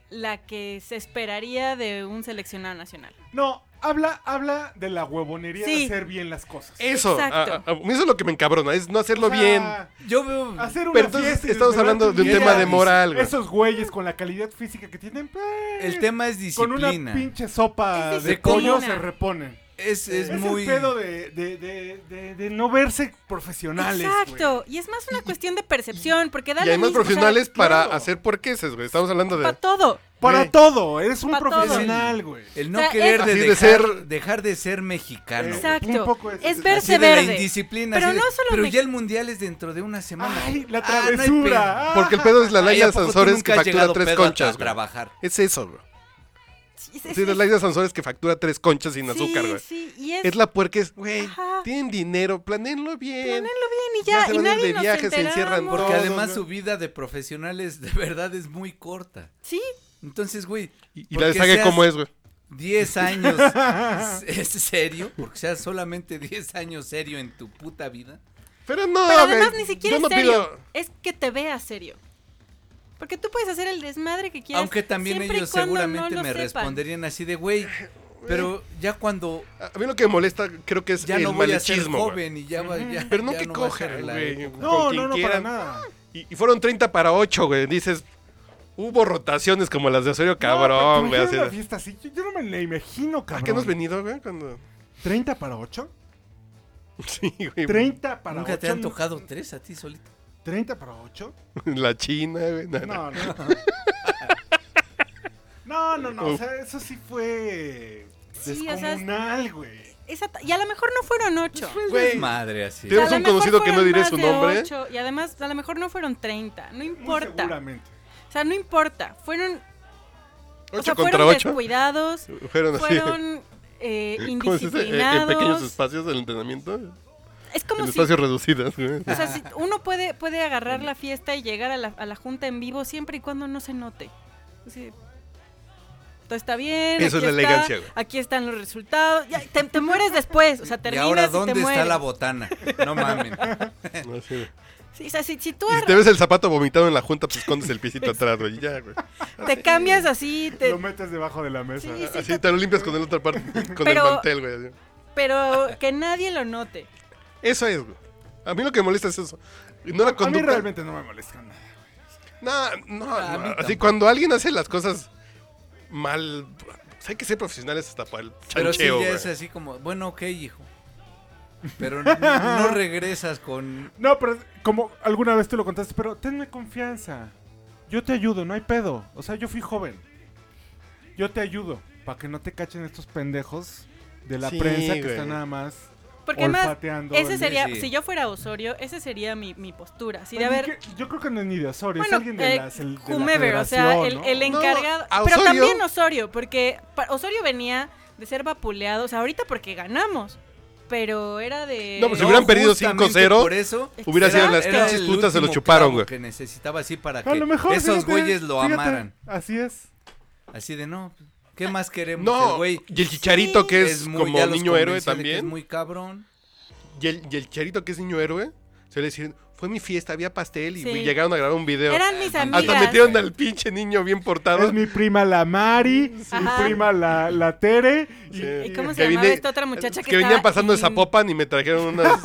la que se esperaría de un seleccionado nacional.
No, habla, habla de la huevonería
Sí.
de hacer bien las cosas.
Eso,
Exacto.
a- a- a mí eso es lo que me encabrona, es no hacerlo
O sea,
bien.
Yo veo.
Hacer una
Pero entonces
fiesta y
estamos
desvelar
hablando
tu
de un
día.
tema de moral, güey.
Esos güeyes con la calidad física que tienen, pues,
El tema es
con una
disciplina.
pinche sopa
Es
de
disciplina.
pollo se reponen.
Es, es
Es,
muy.
el pedo de, de, de, de, de no verse profesionales. güey.
Exacto. Y es más una cuestión de percepción, porque da
y
lo
además
mismo, o sea,
profesionales para
claro.
hacer porqueses, güey. Estamos hablando de...
para todo.
Para
Güey.
todo, eres un
Pa' todo.
profesional, güey.
El no
O sea,
querer
es-
de
Así de
dejar,
ser-
dejar de ser mexicano.
Exacto. Un
Exacto.
poco es-
Es
es-
Así
verse
de la
verde.
indisciplina.
Pero
así de-
no solo
pero
Mex-
ya el mundial es dentro de una semana.
Ay, la
Ah, no hay pedo.
travesura. Ah,
Porque el pedo es la
Ay, ¿a
Laia
poco tú
Sansores
nunca
que
has
factura
llegado
tres
pedo a
conchas. güey.
trabajar.
Es eso, bro.
Sí, es-
Sí, la Laia Sansores que factura tres conchas sin
sí,
azúcar, güey.
sí, y es,
Es la puerquez, güey.
Ajá.
Tienen dinero, planeenlo bien.
y
ya
ya,
se
y
van a ir
nadie
de
nos
viaje, se encierran
enteramos.
por-
Porque
Todo,
además
güey.
su vida de profesionales de verdad es muy corta.
Sí,
Entonces, güey.
Y, y
porque
la deshague
seas
como es, güey.
10 años s- es serio, porque seas solamente 10 años serio en tu puta vida.
Pero no,
pero
güey,
además ni siquiera
yo no
es serio.
pido...
Es que te veas serio. Porque tú puedes hacer el desmadre que quieras.
Aunque también
siempre y
ellos
cuando no
seguramente
lo
me
sepan.
responderían así de, güey, pero ya cuando
A mí lo que me molesta creo que es
ya
el
no voy a ser
malechismo, güey.
joven y ya va ya,
Pero no
ya
que
no va a ser
cojan,
la
güey.
época.
con
No,
quien
no, no, para
quieran.
nada.
Y, y fueron 30 para 8, güey. Dices, hubo rotaciones como las de Osorio
No, pero
Cabrón, güey.
imagínate
así de-
una fiesta así, yo, yo no me la imagino,
¿A
cabrón.
qué hemos venido, güey? Cuando...
¿30 para 8?
Sí, güey.
30 para
Nunca
8.
te han tocado tres a ti solito.
30 para 8?
La China, güey. No,
No,
no.
no. No, no, no, o sea, eso sí fue
Sí, o sea, es-
descomunal, güey.
Exacto, Y a lo mejor no fueron ocho.
Güey.
madre así.
O sea, a
Tienes
lo
un
mejor
conocido que no
fueron
diré
más
su
de
nombre.
ocho, y además, a lo mejor no fueron 30. No
Muy
importa.
Seguramente.
O sea, no importa. Fueron. o
8
sea,
contra
fueron
8.
descuidados.
Fueron así.
Fueron eh,
¿Cómo se dice? Eh, En pequeños
indisciplinados.
espacios del entrenamiento.
Es como
en
si
espacios reducidos, güey.
O sea, si uno puede, puede agarrar la fiesta y llegar a la, a la junta en vivo siempre y cuando no se note. Así, todo está bien.
Eso
aquí
es la
está,
elegancia, güey.
Aquí están los resultados. ya, te, te mueres después. O sea,
¿Y
terminas y,
ahora
te
dónde está
mueres.
la botana? No mamen.
Así de-
Sí, o sea, si, si tú
Y si te ves el zapato vomitado en la junta, pues escondes el piecito atrás, güey. y Ya, güey.
ar- te cambias así, te-
Lo metes debajo de la mesa.
Sí, sí,
Así
te-
te lo limpias con el otra parte, con
Pero-
el mantel, güey. así.
pero que nadie lo note.
Eso es, güey. A mí lo que me molesta es eso. No la
A mí
conducta.
realmente no me molesta nada.
No, no,
A
no.
mí
Así
tampoco.
cuando alguien hace las cosas mal, pues, hay que ser profesionales hasta para el
Pero sí,
chancheo,
ya
güey.
es este, así como, bueno, ok, hijo. Pero no, no regresas con...
No, pero es- como alguna vez tú lo contaste, pero tenme confianza. Yo te ayudo, no hay pedo. O sea, yo fui joven. Yo te ayudo para que no te cachen estos pendejos de la
Sí,
prensa que
güey.
están nada más
Porque además,
olfateando.
ese
el-
sería,
sí.
si yo fuera Osorio, ese sería mi, mi postura. Así
Oye,
de a ver,
Pues que- yo creo que no es ni de Osorio, es
Bueno,
alguien de,
eh,
las- el- de la
whomever, o sea,
federación,
el,
¿no?
el
No,
encargado.
a
pero
Osorio-
también Osorio, porque pa- Osorio venía de ser vapuleado, o sea, ahorita porque ganamos, pero era de...
No, pues, si
No,
hubieran perdido
justamente
5-0,
Por eso...
Hubiera
Era-
sido las
era
pinches
el
putas se lo
último
chuparon,
clavo
güey.
Que necesitaba así para que
A lo mejor,
esos
fíjate,
güeyes lo
fíjate,
amaran.
Así es.
Así de, no, ¿qué más queremos? El
No,
güey
y el chicharito que es,
muy-
como
ya los
niño héroe
convenció de que
también.
Es muy cabrón.
y, el, y el chicharito que es niño héroe, se le dicen, fue mi fiesta, había pastel y
Sí.
llegaron a grabar un video.
Eran mis
Hasta
amigas.
metieron al pinche niño bien portado.
Es mi prima la Mari,
Ajá.
mi prima la, la Tere.
Sí.
¿Y cómo
Que
se llamaba
vine-
esta otra muchacha que
que venían
estaba
pasando de
en-
Zapopan y me trajeron unas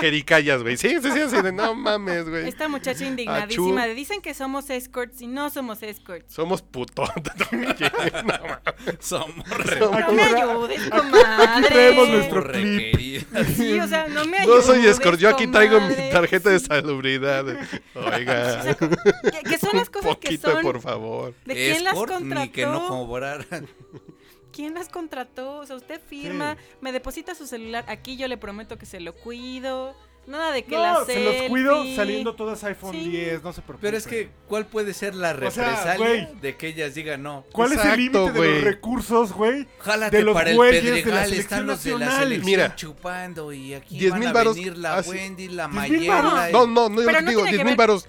jericayas, güey. Sí, sí, sí, así de, no mames, güey.
Esta muchacha indignadísima
Achú.
de dicen que somos escorts y no somos escorts.
Somos putotas. No mames.
Somos
No
Aquí
me
tra-
ayudes, comadre.
aquí traemos nuestro clip.
requeridos.
Sí, o sea, no me
No
ayudes.
soy escort, yo aquí traigo mi
comadre.
tarjeta de salubridad.
O sea,
Oiga,
que, que son las cosas que
poquito,
son.
por favor.
¿De quién las
Escort,
contrató?
Ni que no cobraran.
¿Quién las contrató? O sea, usted firma, me deposita su celular aquí, yo le prometo que se lo cuido. Nada de que
No,
la
se los cuido
selfie.
saliendo todas iPhone
Sí.
10, no se preocupen.
Pero es que, ¿cuál puede ser la
O sea,
represalia
güey.
de que ellas digan no?
¿Cuál es el
Exacto,
límite de
güey.
los recursos, güey?
Jálate
De los
para el
güeyes de la
Pedregal,
selección
están los de la
nacional.
selección
Mira,
chupando y aquí
10,000
van a
varos,
venir la
ah, sí.
Wendy, la
10,000
Mayela. eh.
No, no, no, yo
Pero
lo que
no
digo,
tiene que
10 mil
ver-
baros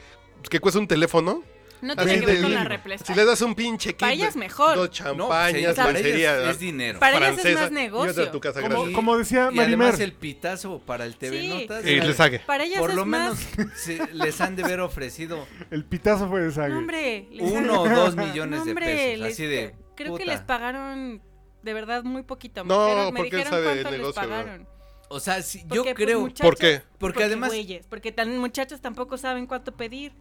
que cuesta un teléfono.
No
así
tiene que
de-
ver con la represa.
Si le das un pinche kit.
Para
de
ellas mejor.
Dos
y- no,
champañas,
sí, para ellas
lencería,
es dinero.
Para ellas es
francesa,
más negocio.
Y otra a tu casa,
Como,
gracias.
como decía
y además
Marimer,
el pitazo para el TV
Sí.
Notas. eh,
Y le saque.
Para ellas
por
es
lo menos
más...
se- les han de haber ofrecido
el pitazo fue de
No,
sangre.
hombre. les-
uno o dos millones
No, hombre,
de pesos.
les-
Así de.
Creo que
puta.
les pagaron de verdad muy poquito. Me
No,
dijeron, me
porque él
dijeron
sabe de
cuánto les
negocio,
pagaron.
O sea, si- yo
Porque, pues,
creo.
muchachos-
¿Por qué?
Porque además-
güeyes, porque tan muchachos tampoco saben cuánto pedir.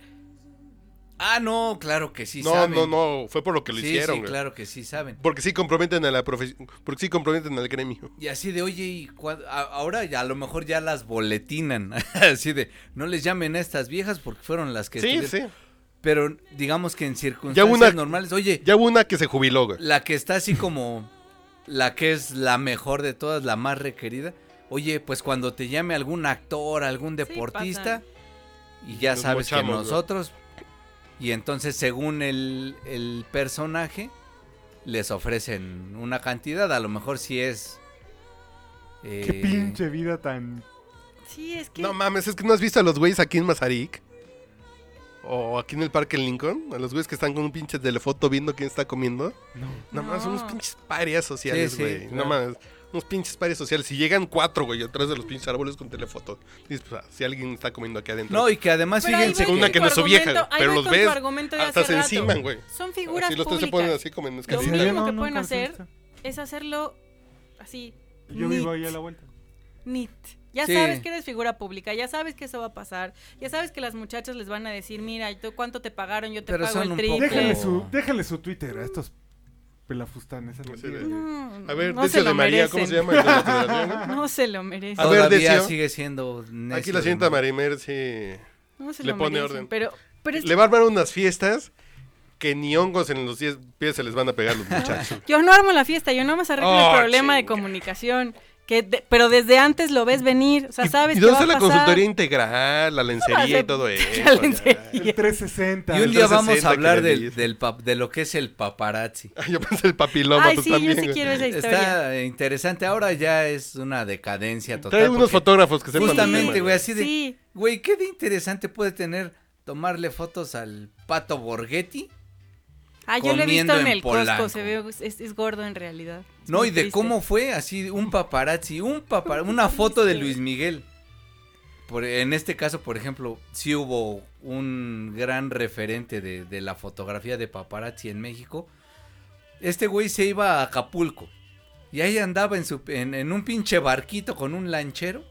Ah, no, claro que sí.
no,
saben.
no, no, fue por lo que lo
Sí,
hicieron.
sí,
güey.
claro que sí saben.
Porque sí comprometen a la profesión, porque sí comprometen al gremio.
Y así de, oye, y cua- a- ahora ya, a lo mejor ya las boletinan. así de, no les llamen a estas viejas porque fueron las que.
Sí,
estuvieron-
sí.
Pero digamos que en circunstancias
una-
normales, oye,
Ya hubo una que se jubiló, güey.
la que está así como la que es la mejor de todas, la más requerida. Oye, pues cuando te llame algún actor, algún deportista, y ya
Nos
sabes
mochamos,
que
güey.
nosotros, y entonces según el, el personaje, les ofrecen una cantidad, a lo mejor si es...
Qué
eh,
pinche vida tan.
Sí, es que
No mames, es que no has visto a los güeyes aquí en Mazarik. O aquí en el Parque Lincoln. A los güeyes que están con un pinche telefoto viendo quién está comiendo.
No.
No, mames,
No.
unos pinches parias sociales,
Sí, sí,
güey. No
claro.
mames, unos pinches parias sociales. Si llegan cuatro, güey, atrás de los pinches árboles con telefoto. Dices, pues, ah, si alguien está comiendo aquí adentro.
No, y que además
Pero ahí
fíjense
voy
Con
que-
una que no
tu
soy vieja,
argumento- ahí
pero
voy
los
con tu
ves,
argumento de
hasta
hace
se
rato.
enciman, güey.
Son figuras
Así los tres
públicas.
se ponen así como en
Lo
Sí,
escalera.
mínimo
no,
que
no,
pueden
nunca los he
hacer
visto.
es hacerlo así.
Yo
neat,
vivo ahí a la vuelta.
neat. Ya
Sí.
sabes que eres figura pública, ya sabes que eso va a pasar, ya sabes que las muchachas les van a decir, mira, ¿y tú cuánto te pagaron? Yo te
Pero
pago
son
el
un
triple.
poco-
Déjale su, déjale su Twitter a estos pelafustanes. a los
Sí, de-
días.
No,
A ver,
no
Decio
se lo
de María, ¿cómo se
merecen.
llama? el de la federación, güey?
No se lo merece.
A ver,
todavía
Decio.
sigue siendo... necio
Aquí la
de
señorita
nuevo.
Marimer sí.
No se
le
lo
pone
merecen,
orden.
Pero, pero es
Le va a armar unas fiestas que ni hongos en los 10 pies se les van a pegar los muchachos.
Yo no armo la fiesta, yo nomás arreglo
Oh,
el problema de
chinga.
comunicación. Que de- pero desde antes lo ves venir, o sea, sabes
¿Y
que
dónde
va a
está la
pasar.
consultoría integral, la lencería y
se-
todo eso?
la lencería.
ya?
El 360.
Y un día vamos
360
a hablar
que le
del,
dice.
del pap- de lo que es el paparazzi.
Ay, Yo pensé el papiloma,
Ay,
tú
sí,
también.
yo sí
güey.
quiero esa historia.
Está interesante, ahora ya es una decadencia total.
Trae unos
porque-
fotógrafos que sepan. del
Justamente,
tema,
güey, así de...
Sí,
Güey, ¿qué de interesante puede tener tomarle fotos al pato Borghetti?
ah, yo lo he
Comiendo
visto en
en
el Costco,
Polanco.
se ve, es, es gordo en realidad. Es
No,
muy
y de
triste.
cómo fue así un paparazzi, un papara- una foto de Luis Miguel. Por, en este caso, por ejemplo, sí hubo un gran referente de, de la fotografía de paparazzi en México. Este güey se iba a Acapulco y ahí andaba en, su, en, en un pinche barquito con un lanchero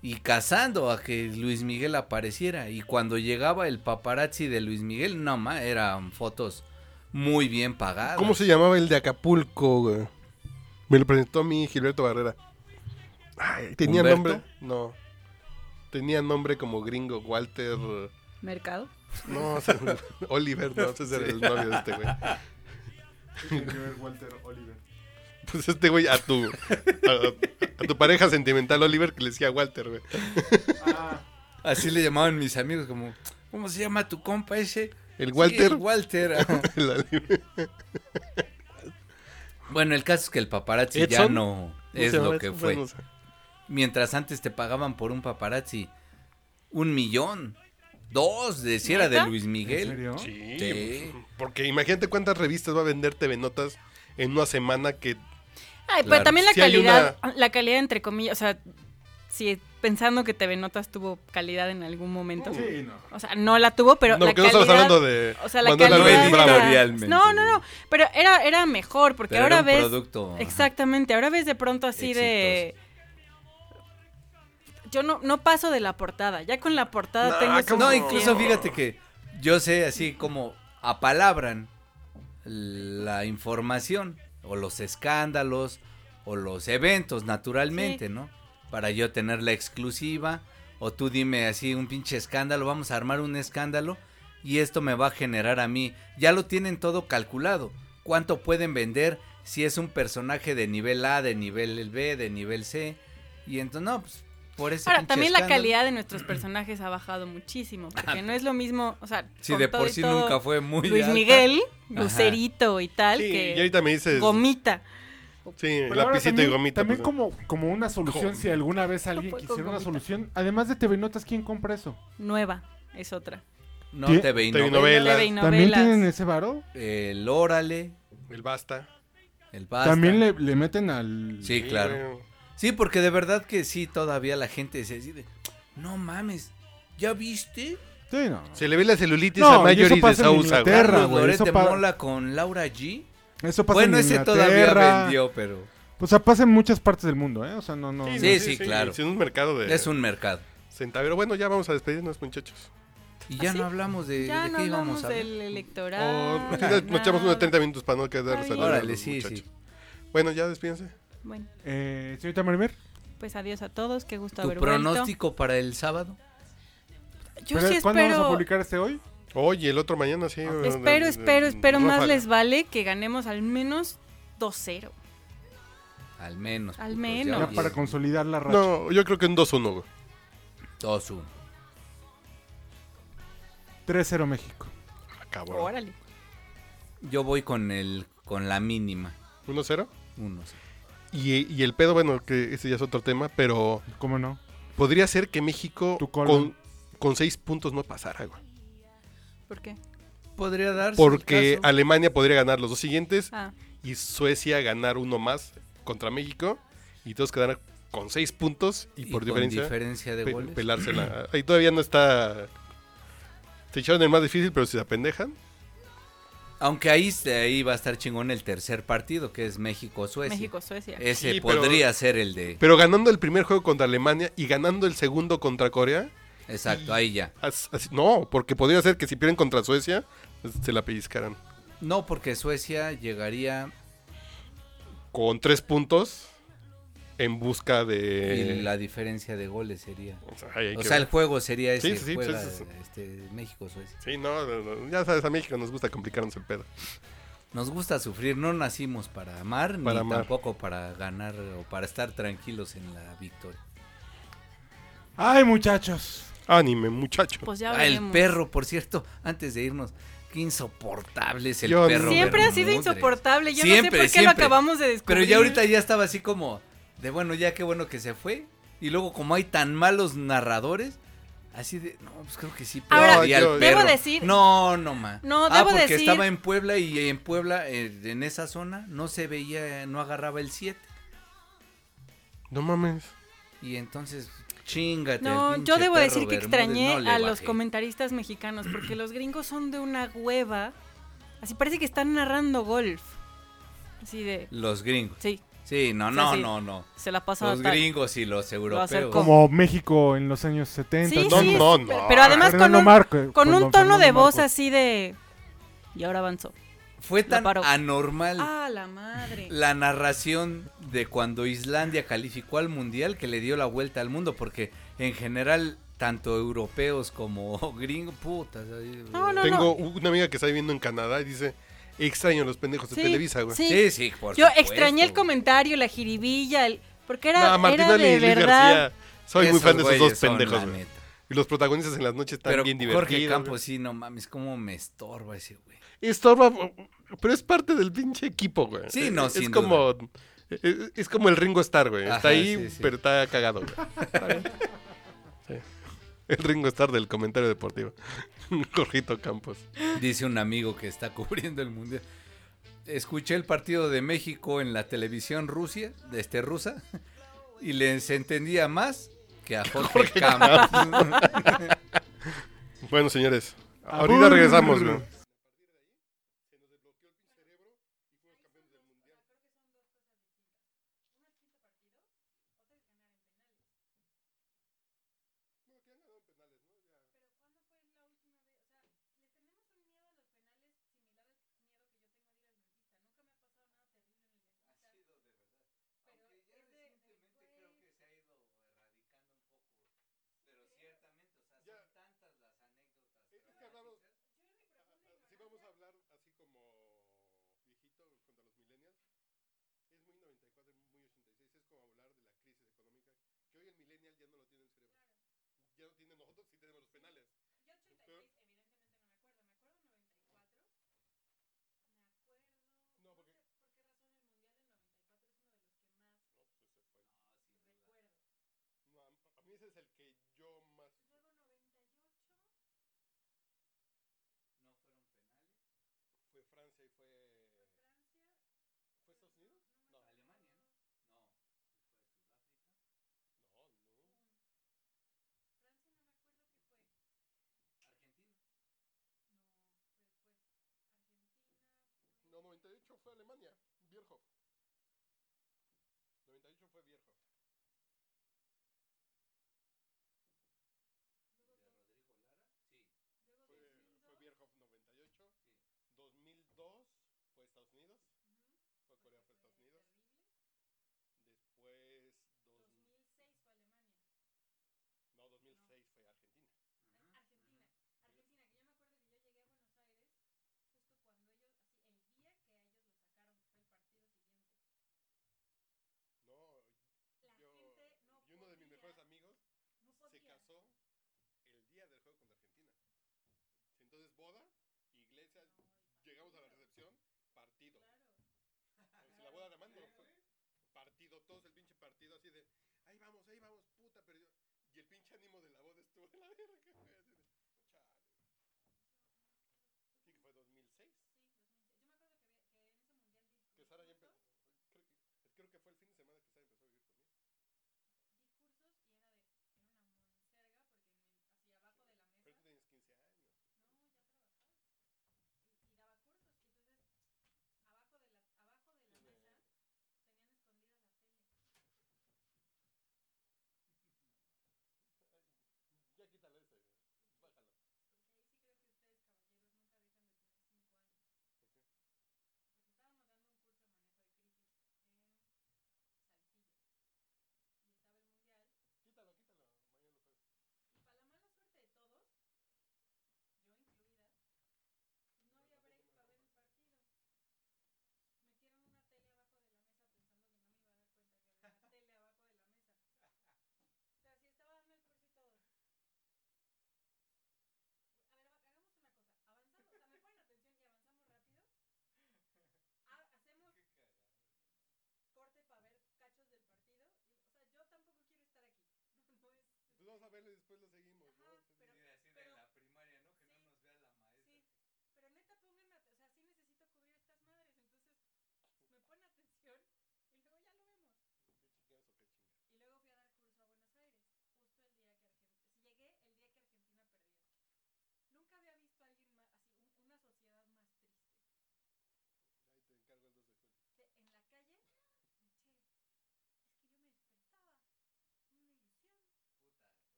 y cazando a que Luis Miguel apareciera. Y cuando llegaba el paparazzi de Luis Miguel, no, ma, eran fotos muy bien pagadas.
¿Cómo se llamaba el de Acapulco, güey? Me lo presentó a mí Gilberto Barrera. Ay, tenía
¿Humberto?
nombre. No. Tenía nombre como gringo, Walter.
¿Mercado?
No, o sea, Oliver, no, ese era el novio de este güey.
Walter Oliver.
Pues este güey a tu, a, a tu pareja sentimental Oliver que le decía Walter, güey.
Así le llamaban mis amigos, como, ¿cómo se llama tu compa ese?
El Walter.
Sí, el Walter.
El Oliver.
bueno, el caso es que el paparazzi ya
¿Edson?
no es lo que fue. Mientras antes te pagaban por un paparazzi un millón, dos, de si era de
¿Neta?
Luis
¿En
Miguel.
serio?
Sí, pues,
Sí.
Porque imagínate cuántas revistas va a vender TV Notas en una semana que
Ay, pero
Claro,
también la ah,
sí hay
calidad, la calidad entre comillas, o sea, si pensando que TV Notas tuvo calidad en algún momento.
Sí, no.
O sea, no la tuvo, pero
no,
la
porque no estamos
calidad-
hablando de
o sea, la
Manuel
calidad
Alberti
era-
Bravo.
Realmente.
No, no, no, pero era era mejor porque
Pero
ahora
era un
ves
producto. ajá.
Exactamente, ahora ves de pronto así de yo no, no paso de la portada, ya con la portada
Nah,
tengo
¿cómo?
No,
suficiente.
incluso fíjate que yo sé así como apalabran la información o los escándalos o los eventos naturalmente, ¿no? Para yo tener la exclusiva o tú dime así un pinche escándalo, vamos a armar un escándalo y esto me va a generar a mí. Ya lo tienen todo calculado. ¿Cuánto pueden vender si es un personaje de nivel A, de nivel B, de nivel C? Y entonces no, pues por eso
Ahora, también la calidad de nuestros personajes ha bajado muchísimo, porque no es lo mismo, o sea,
Si
con
de
todo
por
y
Ah. sí
todo,
nunca fue muy
Luis
alta.
Miguel, Lucerito y tal,
Sí,
que
y ahorita me dices.
gomita.
Sí,
Pero ahora
lapicito
también-
y gomita.
También
pues,
como, como una solución, si alguna vez alguien
puedo
quisiera una
gomita.
solución. Además de TV Notas, ¿quién compra eso?
Nueva es otra.
No,
Tie-
TV y
TV
novelas.
Novelas.
TV y
¿También
novelas.
tienen este- ese varo?
El Órale,
El basta.
el Basta.
También le, le meten al...
Sí, claro.
güey.
Sí, porque de verdad que sí, todavía la gente se dice, no mames, ¿ya viste?
Sí, no.
Se le ve la celulitis
No,
a
y
Mayori
eso
de
pasa en
Sousa, güey.
Inglaterra. Perra,
Carlos
güey,
Loret
eso
de
pa-
Mola con Laura G.
Eso pasa
bueno,
en
ese
Inglaterra.
todavía vendió, pero
O sea, pasa en muchas partes del mundo, ¿eh? O sea, no, no...
Sí, sí, claro.
Es un mercado de
es un mercado.
centavero. Bueno, ya vamos a despedirnos, muchachos.
Y ya
¿Ah, sí?
no hablamos de,
Ya
de
no
qué
hablamos
íbamos a hablar.
del
O-
electoral.
pues, ya Oh, nos echamos unos
nada.
30 minutos para no quedarnos
Ah, Está bien.
al
Órale, sí, sí.
Bueno, ya despídense.
Bueno,
Eh, señorita Marimer,
pues adiós a todos, qué gusto
¿Tu
haber vuelto.
pronóstico para el sábado?
Yo
¿pero
sí
¿cuándo vamos a
espero
publicar este hoy?
Oye, el otro mañana sí. eh,
Espero,
eh,
espero, espero más
ráfaga.
les vale que ganemos al menos 2-0.
Al menos. pues,
Al
putos,
menos.
Ya
oye,
para consolidar la racha.
No, yo creo que un 2-1, güey.
dos, uno.
3-0 México.
Ah, cabrón.
Órale.
Yo voy con el con la mínima.
1-0.
Uno.
Y, y el pedo, bueno, que ese ya es otro tema, pero
¿Cómo no?
podría ser que México
Tu cola.
con, con 6 puntos no pasara, güey.
Pues ¿Por qué?
Podría darse. el
Porque
caso.
Alemania podría ganar los dos siguientes
Ah,
y Suecia ganar uno más contra México y todos quedarán con 6 puntos y,
Y
por
con
diferencia,
diferencia de
pe-
goles.
pelársela. Ahí todavía no está... Se echaron el más difícil, pero si se apendejan.
Aunque ahí, ahí va a estar chingón el tercer partido, que es México-Suecia.
México-Suecia.
Ese
Sí, pero-
podría ser el de...
Pero ganando el primer juego contra Alemania y ganando el segundo contra Corea.
Exacto, ahí ya.
as- así- no, porque podría ser que si pierden contra Suecia, se la pellizcaran.
No, porque Suecia llegaría
Con 3 puntos en busca de...
y la diferencia de goles sería...
O sea, ahí Eh. hay
O
que
sea,
ver.
el juego sería ese.
Sí, sí, sí,
juega,
sí, sí, sí.
este, México-Suecia.
Sí, no, no, no, ya sabes, a México nos gusta complicarnos el pedo.
Nos gusta sufrir, no nacimos para amar,
Para
ni
amar.
tampoco para ganar o para estar tranquilos en la victoria.
Ay, muchachos.
Ánime, muchacho.
Pues ya
Ah, el
veremos.
perro, por cierto, antes de irnos, qué insoportable es el
Yo-
perro.
Siempre ha sido
Bermúdez.
insoportable. Yo no sé
Siempre,
por qué lo
siempre.
acabamos de descubrir.
Pero ya ahorita ya estaba así como de bueno, ya qué bueno que se fue. Y luego como hay tan malos narradores, así de no, pues creo que sí. pero
Ahora,
di al
yo-
debo
perro.
decir-
No, no ma.
No,
Ah,
debo
porque
decir-
estaba en Puebla y en Puebla eh, en esa zona no se veía, no agarraba el 7
No mames.
y entonces chingate.
No,
al
yo
pinche
debo
perro
decir que
Bermúdez,
extrañé
no le
a los
bajé.
comentaristas mexicanos, porque los gringos son de una hueva. Así parece que están narrando golf. Así de.
los gringos.
Sí,
Sí, no,
O sea,
no,
sí.
no, no.
se la pasaba
Los
tal.
gringos y los europeos.
acercó.
Como México en los años 70.
Sí,
No,
sí,
no,
sí,
no.
pero- Pero además con
Fernando
un,
Marco- eh,
con un
don
tono de
Fernando
voz
Marcos.
así de. Y ahora avanzó.
Fue tan
paró.
anormal
¡Ah, la madre!
la narración de cuando Islandia calificó al mundial que le dio la vuelta al mundo porque en general tanto europeos como gringos putas ahí- eh.
No, no,
Tengo una amiga que está viviendo en Canadá y dice, extraño los pendejos de
Sí,
Televisa, güey.
sí.
sí sí por
Yo
supuesto,
extrañé el
güey.
comentario, la jiribilla, el- porque era,
Nah, Martina
era
y
de
Luis
verdad.
García. Soy muy fan de esos dos
güeyes son,
pendejos,
la
güey.
neta.
Y los protagonistas en las noches están
pero
bien divertidos.
Jorge Campos
güey.
sí no mames cómo me estorba ese güey
Estorba, pero es parte del pinche equipo, güey.
Sí, no,
Es
sin
como... Es, es como el Ringo Starr, güey.
Ajá,
Está ahí,
sí, sí.
pero está cagado, güey. Sí. El Ringo Starr del comentario deportivo. Jorgito Campos.
dice un amigo que está cubriendo el mundial escuché el partido de México en la televisión Rusia de este rusa y les entendía más que a Jorge Campos.
Bueno, señores, ahorita regresamos, güey. Pues,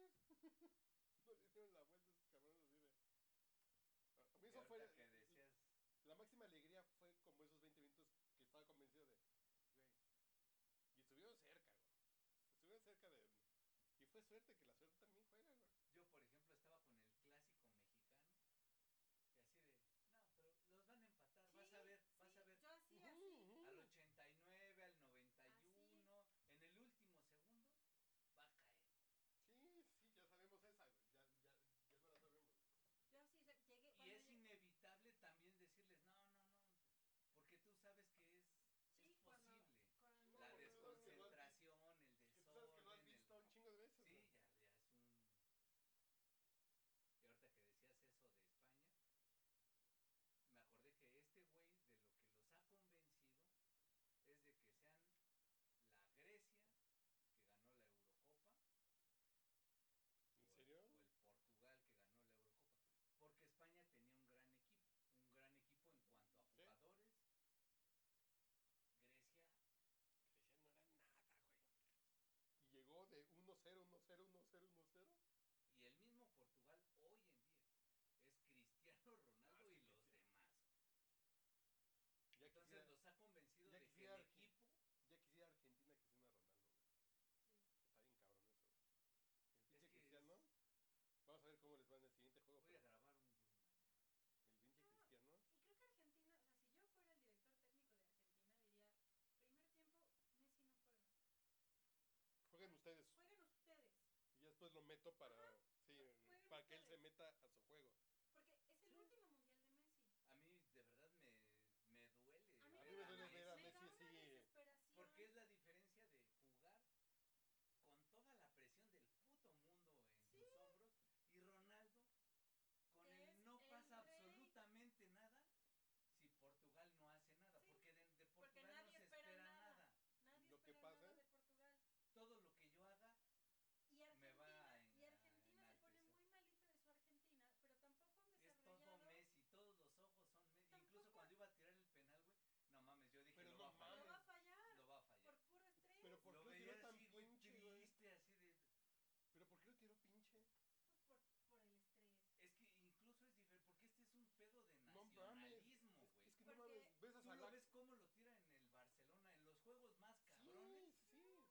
No le dieron la vuelta a esos cabrones así de- A mí eso fue... La máxima alegría fue como esos 20 minutos que estaba convencido de, güey. Y estuvieron cerca, güey. Estuvieron cerca de... Y fue suerte que la suerte también juega, güey.
Yo, por ejemplo, estaba con el clásico mexicano. Y así de, no, pero los van a empatar, vas a ver, vas a ver.
Yo así, así.
Al 89, al 91, en el último segundo, va a caer.
Sí, sí, ya sabemos esa, güey. Ya, ya, ya no la sabemos.
Yo así llegué. cuando
Y es
llegué-
inevitable también decirles, no, no, no, porque tú sabes que es, es
sí, cuando-
posible.
cuando-
La
No, pero es que lo has-
desconcentración, el
Que tú
desorden.
sabes que
el-
lo has visto un chingo de
Sí,
veces, güey.
ya, ya es un... Y ahorita que decías eso de España, me acordé que este güey de lo que los ha convencido es de que sean la Grecia, que ganó la Eurocopa,
¿En
o el- O
serio?
el Portugal que ganó la Eurocopa. Porque España tenía un gran equipo, un gran equipo en cuanto a
Sí.
jugadores. Grecia,
Grecia no era nada, güey. Y llegó de 1-0, 1-0, 1-0, 1-0.
Y el mismo Portugal hoy en día es Cristiano Ronaldo y los demás.
Ya
Entonces
quisiera-
los ha convencido
ya
de que el
quisiera Argen-
equipo
Ya quisiera Argentina que sea una Ronaldo, güey. Está bien cabrón eso. El pinche
que es-
Cristiano. Vamos a ver cómo les va en
voy a grabar un
el siguiente juego. pero el pinche
No,
Cristiano.
Y creo que Argentina, o sea, si yo fuera el director técnico de Argentina, diría: primer tiempo, Messi no juega. Jueguen ustedes. jueguen
Jueguen ustedes. Y ya después lo meto para. Sí, para que él se
ustedes.
meta a su juego.
Porque es el último mundial de Messi.
A mí de verdad me, me duele.
A
a
mí
mí me duele ver a
me
Messi
da una
así.
desesperación.
Porque es la diferencia de jugar con toda la presión del puto mundo en
Sí.
sus hombros y Ronaldo con
Es
él no
el
pasa
rey.
absolutamente nada si Portugal no hace nada,
Sí.
porque de,
Porque
de Portugal no
nadie
se
espera, nada. Nadie espera nada de Portugal. Y Argentina, y Argentina se
nada. Todo lo que yo haga Me va en-
Lo que pasa-
en
pone
alto,
muy malito de su Argentina, pero tampoco han
Es
desarrollado.
todo Messi, todos los ojos son Messi. Incluso
Tampoco-
cuando iba a tirar el penal, güey, no mames, yo dije,
Pero
lo, va
no
a
Lo
fallar,
va a fallar
lo va a fallar.
por puro estrés.
Pero por
lo
qué lo
veía
tiró tan
así, güey,
pinche, güey?
triste, así de...
Pero ¿por qué lo tiró pinche?
Pues por, por el estrés.
Es que incluso es diferente, porque este es un pedo de
No mames.
nacionalismo, güey.
Es
Porque
que no mames. Ves a
Tú lo
Salah.
ves cómo lo tira en el Barcelona, en los juegos más cabrones,
Sí, sí.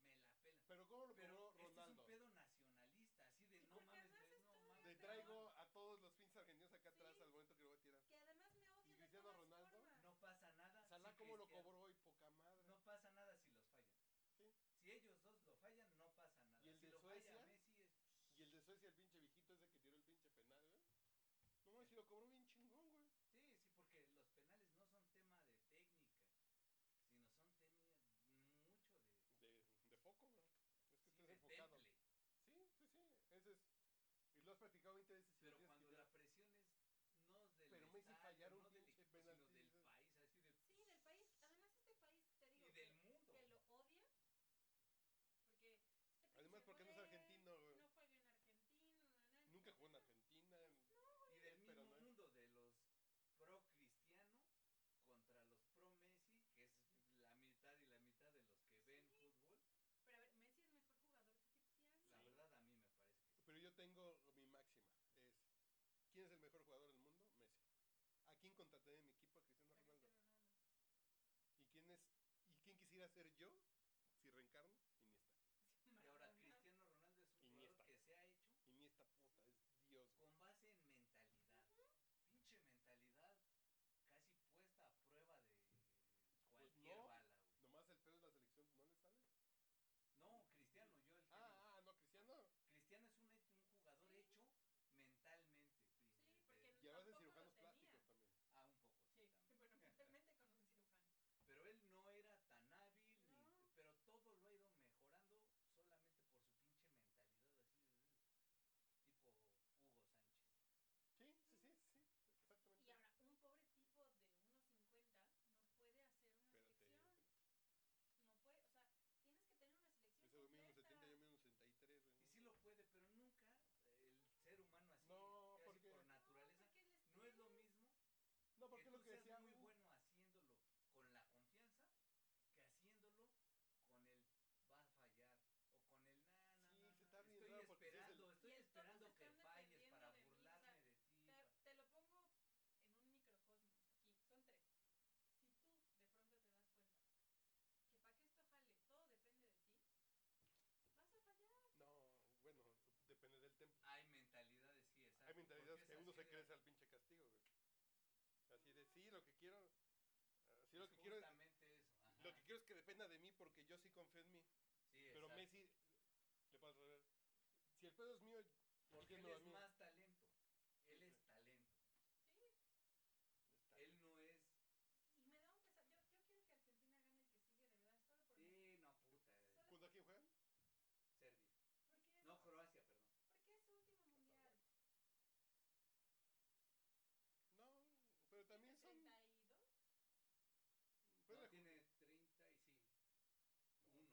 y así de, me la pela.
Pero ¿cómo
Pero
lo cobró
este es un pedo nacionalista,
Ronaldo?
así de,
Y
no
porque
mames,
además
güey, no
estoy-
mames.
Le
Pero-
traigo a todos los pinches argentinos acá atrás
Sí.
al momento que lo voy a tirar.
Que además me odian de
Cristiano
todas formas.
No pasa
Ronaldo?
nada.
Salah
sí,
cómo lo
Cristiano.
cobró y poca madre.
No pasa nada si los fallan.
Sí.
Si ellos dos lo fallan, no pasa nada.
¿Y el
si
de
lo
Suecia?
falla Messi es...
Y el de Suecia, el pinche viejito ese que tiró el pinche penal, güey. No mames, si lo cobró bien chingón, güey.
Sí, sí, porque los penales no son tema de técnica, sino son tema mucho de,
De, de foco, güey. Es
sí,
que estás
de
enfocado.
temple.
Sí, sí, sí. Ese es. Y lo has practicado 20
Pero
veces y lo tienes
cuando la
que tirar.
presión es no del
Pero Messi
estadio,
fallaron
no del
pinche
equipo,
penal,
sino del país, así de...
sí, sí.
Sí, del país. Además, este país, te digo.
Y
que-
del
Que lo odia. Porque. este país se
mundo.
Además, porque no es
fue,
argentino,
No
güey.
juega en Argentina. na, na,
Nunca
na, na. Pero a ver, Messi es mejor jugador que Cristiano.
Y del mismo mundo de los pro cristiano contra los pro Messi, que es la mitad y la mitad de los que ven fútbol, la verdad a
jugó en Argentina. Pero no es-
mí me parece que sí.
Pero yo tengo mi máxima. Es, ¿quién es el mejor jugador del mundo? Messi. ¿A quién contraté en mi equipo? A Cristiano
Cristiano
Ronaldo.
Ronaldo.
¿Y quién es? ¿Y quién quisiera ser yo si reencarno? Iniesta.
Y ahora
Maradona.
Cristiano Ronaldo es un
Iniesta.
jugador que se ha hecho
Iniesta puta, es Dios,
con base en mentalidad. Pinche mentalidad casi puesta a prueba de cualquier bala,
güey. no.
güey.
Nomás el pedo de la selección no le sale.
No, Cristiano, yo el que digo.
Ah, ah, no, Cristiano.
Cristiano es un, un jugador
Sí.
hecho mentalmente. pri-
Sí,
de-
porque-
Y a veces
Tampoco
cirujanos
lo tenía.
plásticos también.
Ah, un poco, sí,
Sí,
también.
bueno, mentalmente con un cirujano.
Pero él no era tan hábil, ni-
No.
esperando
todos
que
están
falles
dependiendo
para
de mí, o sea,
burlarme de ti.
Te,
pa-
te lo pongo en un microcosmos. Aquí, son tres. Si tú de pronto te das cuenta que para que esto jale todo depende de ti, vas a fallar.
No, bueno, depende del tiempo.
Hay mentalidades, sí, exacto.
Hay mentalidades
porque
que
es
uno
así de-
se crece al pinche castigo, güey. Así de, sí, lo que quiero. Así lo que quiero
Justamente eso.
es.
ajá.
Lo que quiero es que dependa de mí porque yo sí confío en mí.
Sí,
Pero
exacto.
Messi. Le pasa al revés. Si el pedo es mío, ¿por
Porque
qué
él
no a
es
mí?
más talento. Él es talento.
Está-
Él no es.
Y me da un pesar. Yo, yo quiero que Argentina gane el que sigue, de verdad, solo por mí.
Sí, no, puta.
Solo porque, es,
eh, Serbia.
¿Cuándo aquí juegan?
No, Croacia,
porque
perdón.
es su último mundial.
No, pero también
Tiene
son.
32.
pueden
No,
ju-
tiene 30 y sí. Uno.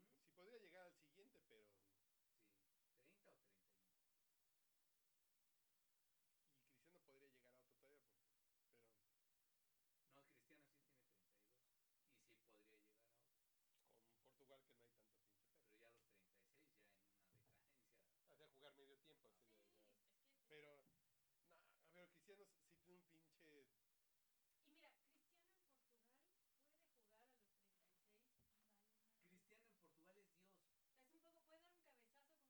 ¿Mm?
Si podría llegar al siguiente, pero.
Sí. ¿30 o 31?
Y Cristiano podría llegar a otro todavía, porque- pero.
No, Cristiano sí tiene 32. Y sí podría llegar a otro.
Con
Pero ya a los 36,
Portugal que no hay tanto pinche pedo.
ya en una decadencia.
Hacía jugar medio tiempo, así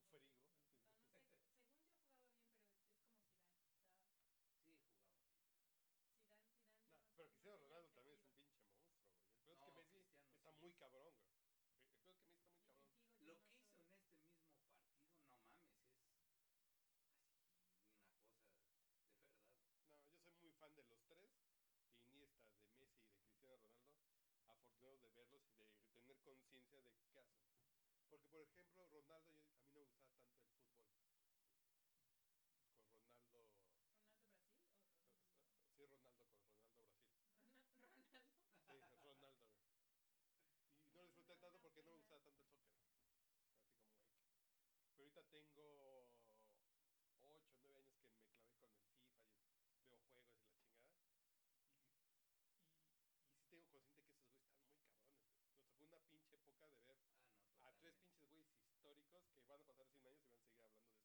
Sí,
de- ya.
es que-
Pero, no, a ver, Cristiano sí tiene un pinche.
Y mira, Cristiano en Portugal puede jugar a los 36 y vale madre.
Cristiano en Portugal es Dios.
O sea, es un poco, puede dar un cabezazo como Zidane. Un pase de a...
Cristiano en Portugal es todo
Sí,
gracias a Cristiano.
A
No
Messi
tiene una
le da el
referencia más que
tornillo.
de Eusebio, de a
Sí.
quien solo vieron jugar los abuelos de los güeyes
No, no,
que hoy
y
ven
mi,
fútbol.
mi chiquito bebé fijo, por favor. No,
Ahí pensaba que
no, no,
Eusebio.
fijo, fijo.
No, pero.
No, pero sí. Un frigo.
No, no sé, según yo jugaba bien, pero es como Zidane. O sea, Zidane, Zidane... yo no sé,
Sí, jugaba. bien.
No, pero Cristiano
no tenía
Ronaldo también es un
expectativa.
pinche monstruo, güey. El
Y- y fijo, yo no soy-
No, Cristiano sí. Lo que hizo en este mismo partido, no mames, es así una cosa de verdad.
peor es que Messi está muy cabrón, güey. El peor es que Messi está muy cabrón. No, yo soy muy fan de los tres, de Iniesta, de Messi y de Cristiano Ronaldo, afortunado de verlos y de tener conciencia de qué hacen. Porque, por ejemplo, Ronaldo, yo- a mí no me gustaba tanto el fútbol. Con Ronaldo,
¿Ronaldo Brasil o Ronaldo? Ronaldo- Ronaldo.
Ah, no, totalmente.
sí, Ronaldo con Ronaldo Brasil. Sí, Ronaldo, güey. Y no lo disfruté tanto porque no me gustaba tanto el soccer. Así como, güey. Pero ahorita tengo 8, 9 años que me clavé con el FIFA y veo juegos y la chingada. Y, y, y sí tengo consciente que esos güeyes están muy cabrones, güey. Nos tocó una pinche época de ver a tres pinches güeyes históricos que van a pasar 100 años y van a seguir hablando de esto.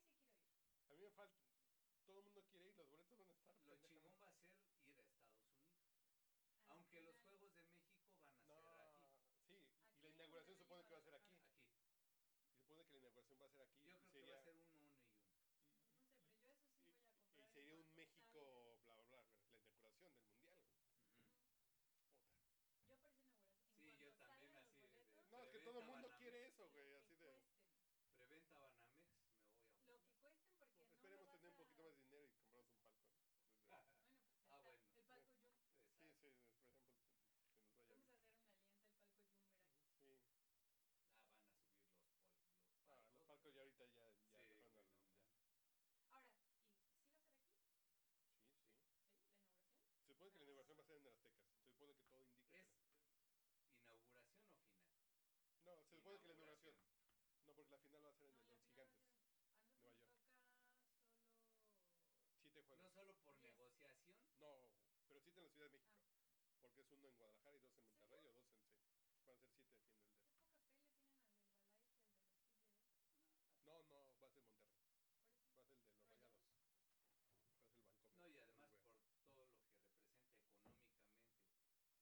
falta. Todo el mundo quiere ir, los boletos van a estar.
Lo chingón va a ser ir a Estados Unidos. Aunque los Juegos de México van a
No,
ser aquí.
sí, y
Aquí
la
en
inauguración
Monterrey
supone que va a ser aquí.
Guadalajara.
Aquí.
Y supone que la inauguración va a
Yo creo que va a
ser aquí. y sería-
ser uno, uno y uno.
No sé, pero yo eso sí voy a comprar. en cuanto
y- Y sería un México, bla, bla, bla, la inauguración del mundial. güey.
salga. Yo para esa inauguración. en cuanto salgan los boletos,
Sí, yo también así de- de- Preventa
Puta. No, es que todo el mundo
Banamex.
quiere eso, güey,
lo
así
que
de.
cuesten,
Preventa Banamex, me voy a
Lo que cuesten porque no lo
Esperemos
vas
tener un
a-
poquito más de dinero y compramos un
Bueno,
palco.
pues ya está.
Ah, bueno.
El palco Yum.
Sí, sí, por
Vamos a
ejemplo, que nos vaya bien.
hacer una alianza el palco Yum verás.
Sí.
Ah, van a subir los, pol- los
Ah,
palcos.
los palcos ya ahorita ya, ya
Sí,
dejaron
güey,
al-
no,
Ahora, ¿y si va
ya.
a ser aquí?
Sí,
¿Sí?
sí.
¿La inauguración?
Se supone que la inauguración va a ser en el Azteca. Se supone que todo indica. que
¿Es inauguración o final?
la- No, se supone que la inauguración. No, porque la final va a ser en
No, la final
el- los
va a
gigantes.
ser- Ah, no,
Nueva
pero
York.
toca solo...
Siete
No
Yes.
solo por
juegos.
negociación.
No, pero siete
Ah.
en la Ciudad de México. Porque es uno en Guadalajara y dos en Monterrey o dos en C. Van a ser siete aquí en el D.
Qué poca fe le tienen al del Balay y al de los Tigres.
No, no, va a ser Monterrey.
Por eso.
Va a ser el de los Rayados. Va a
No, y además por
ser el Banco.
todo lo que representa económicamente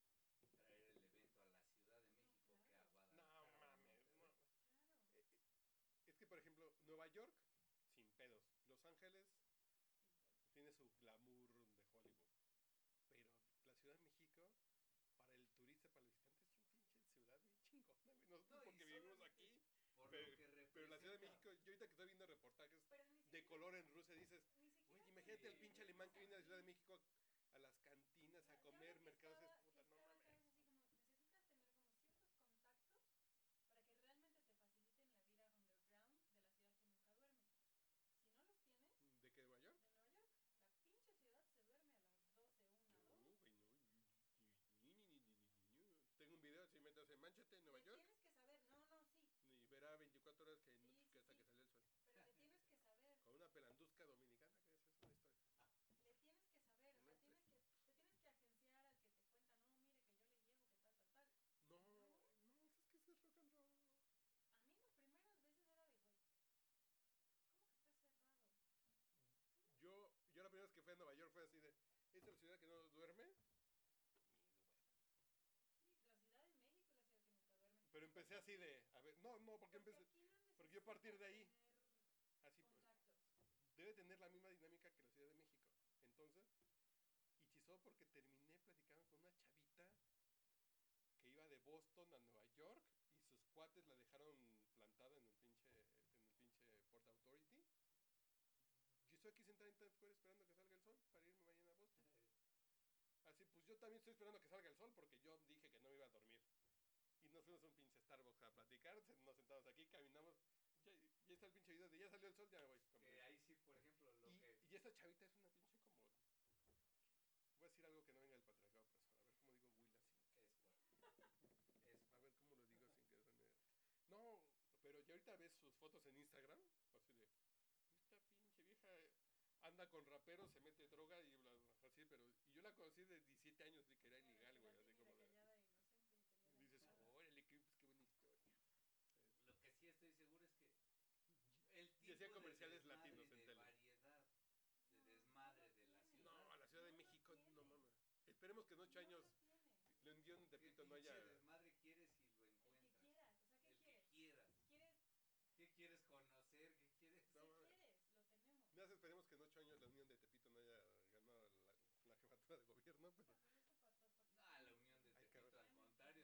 traer el evento a la Ciudad de México que a
No
Guadalajara.
mames, no.
Claro.
Eh, eh, Es que, por ejemplo, Nueva York, sin pedos. Los Ángeles tiene su glamour de Hollywood. Pero la Ciudad de México, para el turista, para el visitante, es una pinche ciudad bien chingona, güey.
No, y solamente-
Nosotros porque vivimos aquí.
Por lo que
Pero,
representa.
pero la Ciudad de México, yo ahorita que estoy viendo
Pero
reportajes
ni siquiera...
de color en Rusia, dices,
Ni siquiera...
güey,
te-
Sí, güey.
imagínate el pinche alemán que viene a la Ciudad de
Sí.
México a las cantinas
Ya-
a
ya ves
comer
que
mercados, es
estaba-
puta,
que
no
estaba otra
mames.
vez así como, necesitas tener como ciertos contactos para que realmente te faciliten la vida underground de la ciudad que nunca duerme. Si no los tienes,
¿De qué, Nueva York?
de Nueva York, la pinche ciudad se duerme a las 12, 1, 2.
No, güey, no. Ni, ni, ni, ni, ni, ni, ni. Tengo un video, si metes en Manchete, en Nueva
Te tienes que saber,
York,
no, no, sí,
y verá 24 horas que, no-
Sí, sí,
que hasta
sí.
que salió el sol.
pero le tienes que saber.
Con una pelanduzca dominicana, que es eso, la historia.
le tienes que saber, o sea, tienes que, te tienes que agenciar al que te cuenta, no, mire que yo le llevo, que tal, tal, tal.
No, no, es que eso es rock and roll.
A mí las primeras veces era de, güey, ¿cómo que está cerrado?
Yo, yo la primera vez que fui a Nueva York fue así de, ¿esta es la ciudad que no duerme?
Sí, la Ciudad de México es la ciudad que nunca duerme.
Pero empecé así de, a ver, no, no, porque empecé,
aquí no
porque yo a partir de ahí-
necesitas
así
tener
pues,
contactos.
debe tener la misma dinámica que la Ciudad de México. Entonces, y chisó porque terminé platicando con una chavita que iba de Boston a Nueva York y sus cuates la dejaron plantada en el pinche, en el pinche Port Authority. Yo estoy aquí sentada en Times Square esperando que salga el sol para irme mañana a Boston. Así, pues yo también estoy esperando que salga el sol porque yo dije que no me iba a dormir. Y nos fuimos a un pinche Starbucks a platicar, se- nos sentamos aquí, caminamos. Ya, ya está el pinche video de ya salió el sol, ya me voy. Como
Que
que-
ahí sí, por ejemplo, lo
y,
que...
y esta chavita es una pinche como. Voy a decir algo que no venga del patriarcado opresor. A ver cómo digo
Es bueno.
Will así.
Es
A ver cómo lo digo sin que suene- No, pero ya ahorita ves sus fotos en Instagram. Así de. Esta pinche vieja anda con raperos, se mete droga y bla, bla, así. Pero, y yo la conocí de 17 años y que era ilegal, güey. Así como. de- dices, órale, qué, pues, qué buena historia.
Lo que sí estoy seguro es que el
Y hacía
tipo de
comerciales
desmadre,
latinos en
de variedad,
tele.
de desmadre de la
No,
ciudad.
a la Ciudad de México, no mames. Esperemos que en 8 años. Le envió un
¿Qué
tepito, no haya.
pinche desmadre quieres si lo
El que
encuentras?
quieras, o sea, ¿qué
El que
quieres?
quieras.
¿Quieres?
¿Qué quieres conocer? ¿Qué quieres?
No,
si
mames.
quieres, lo tenemos.
Nada más esperemos que en ocho años la Unión de Tepito no haya ganado la, la jefatura de gobierno.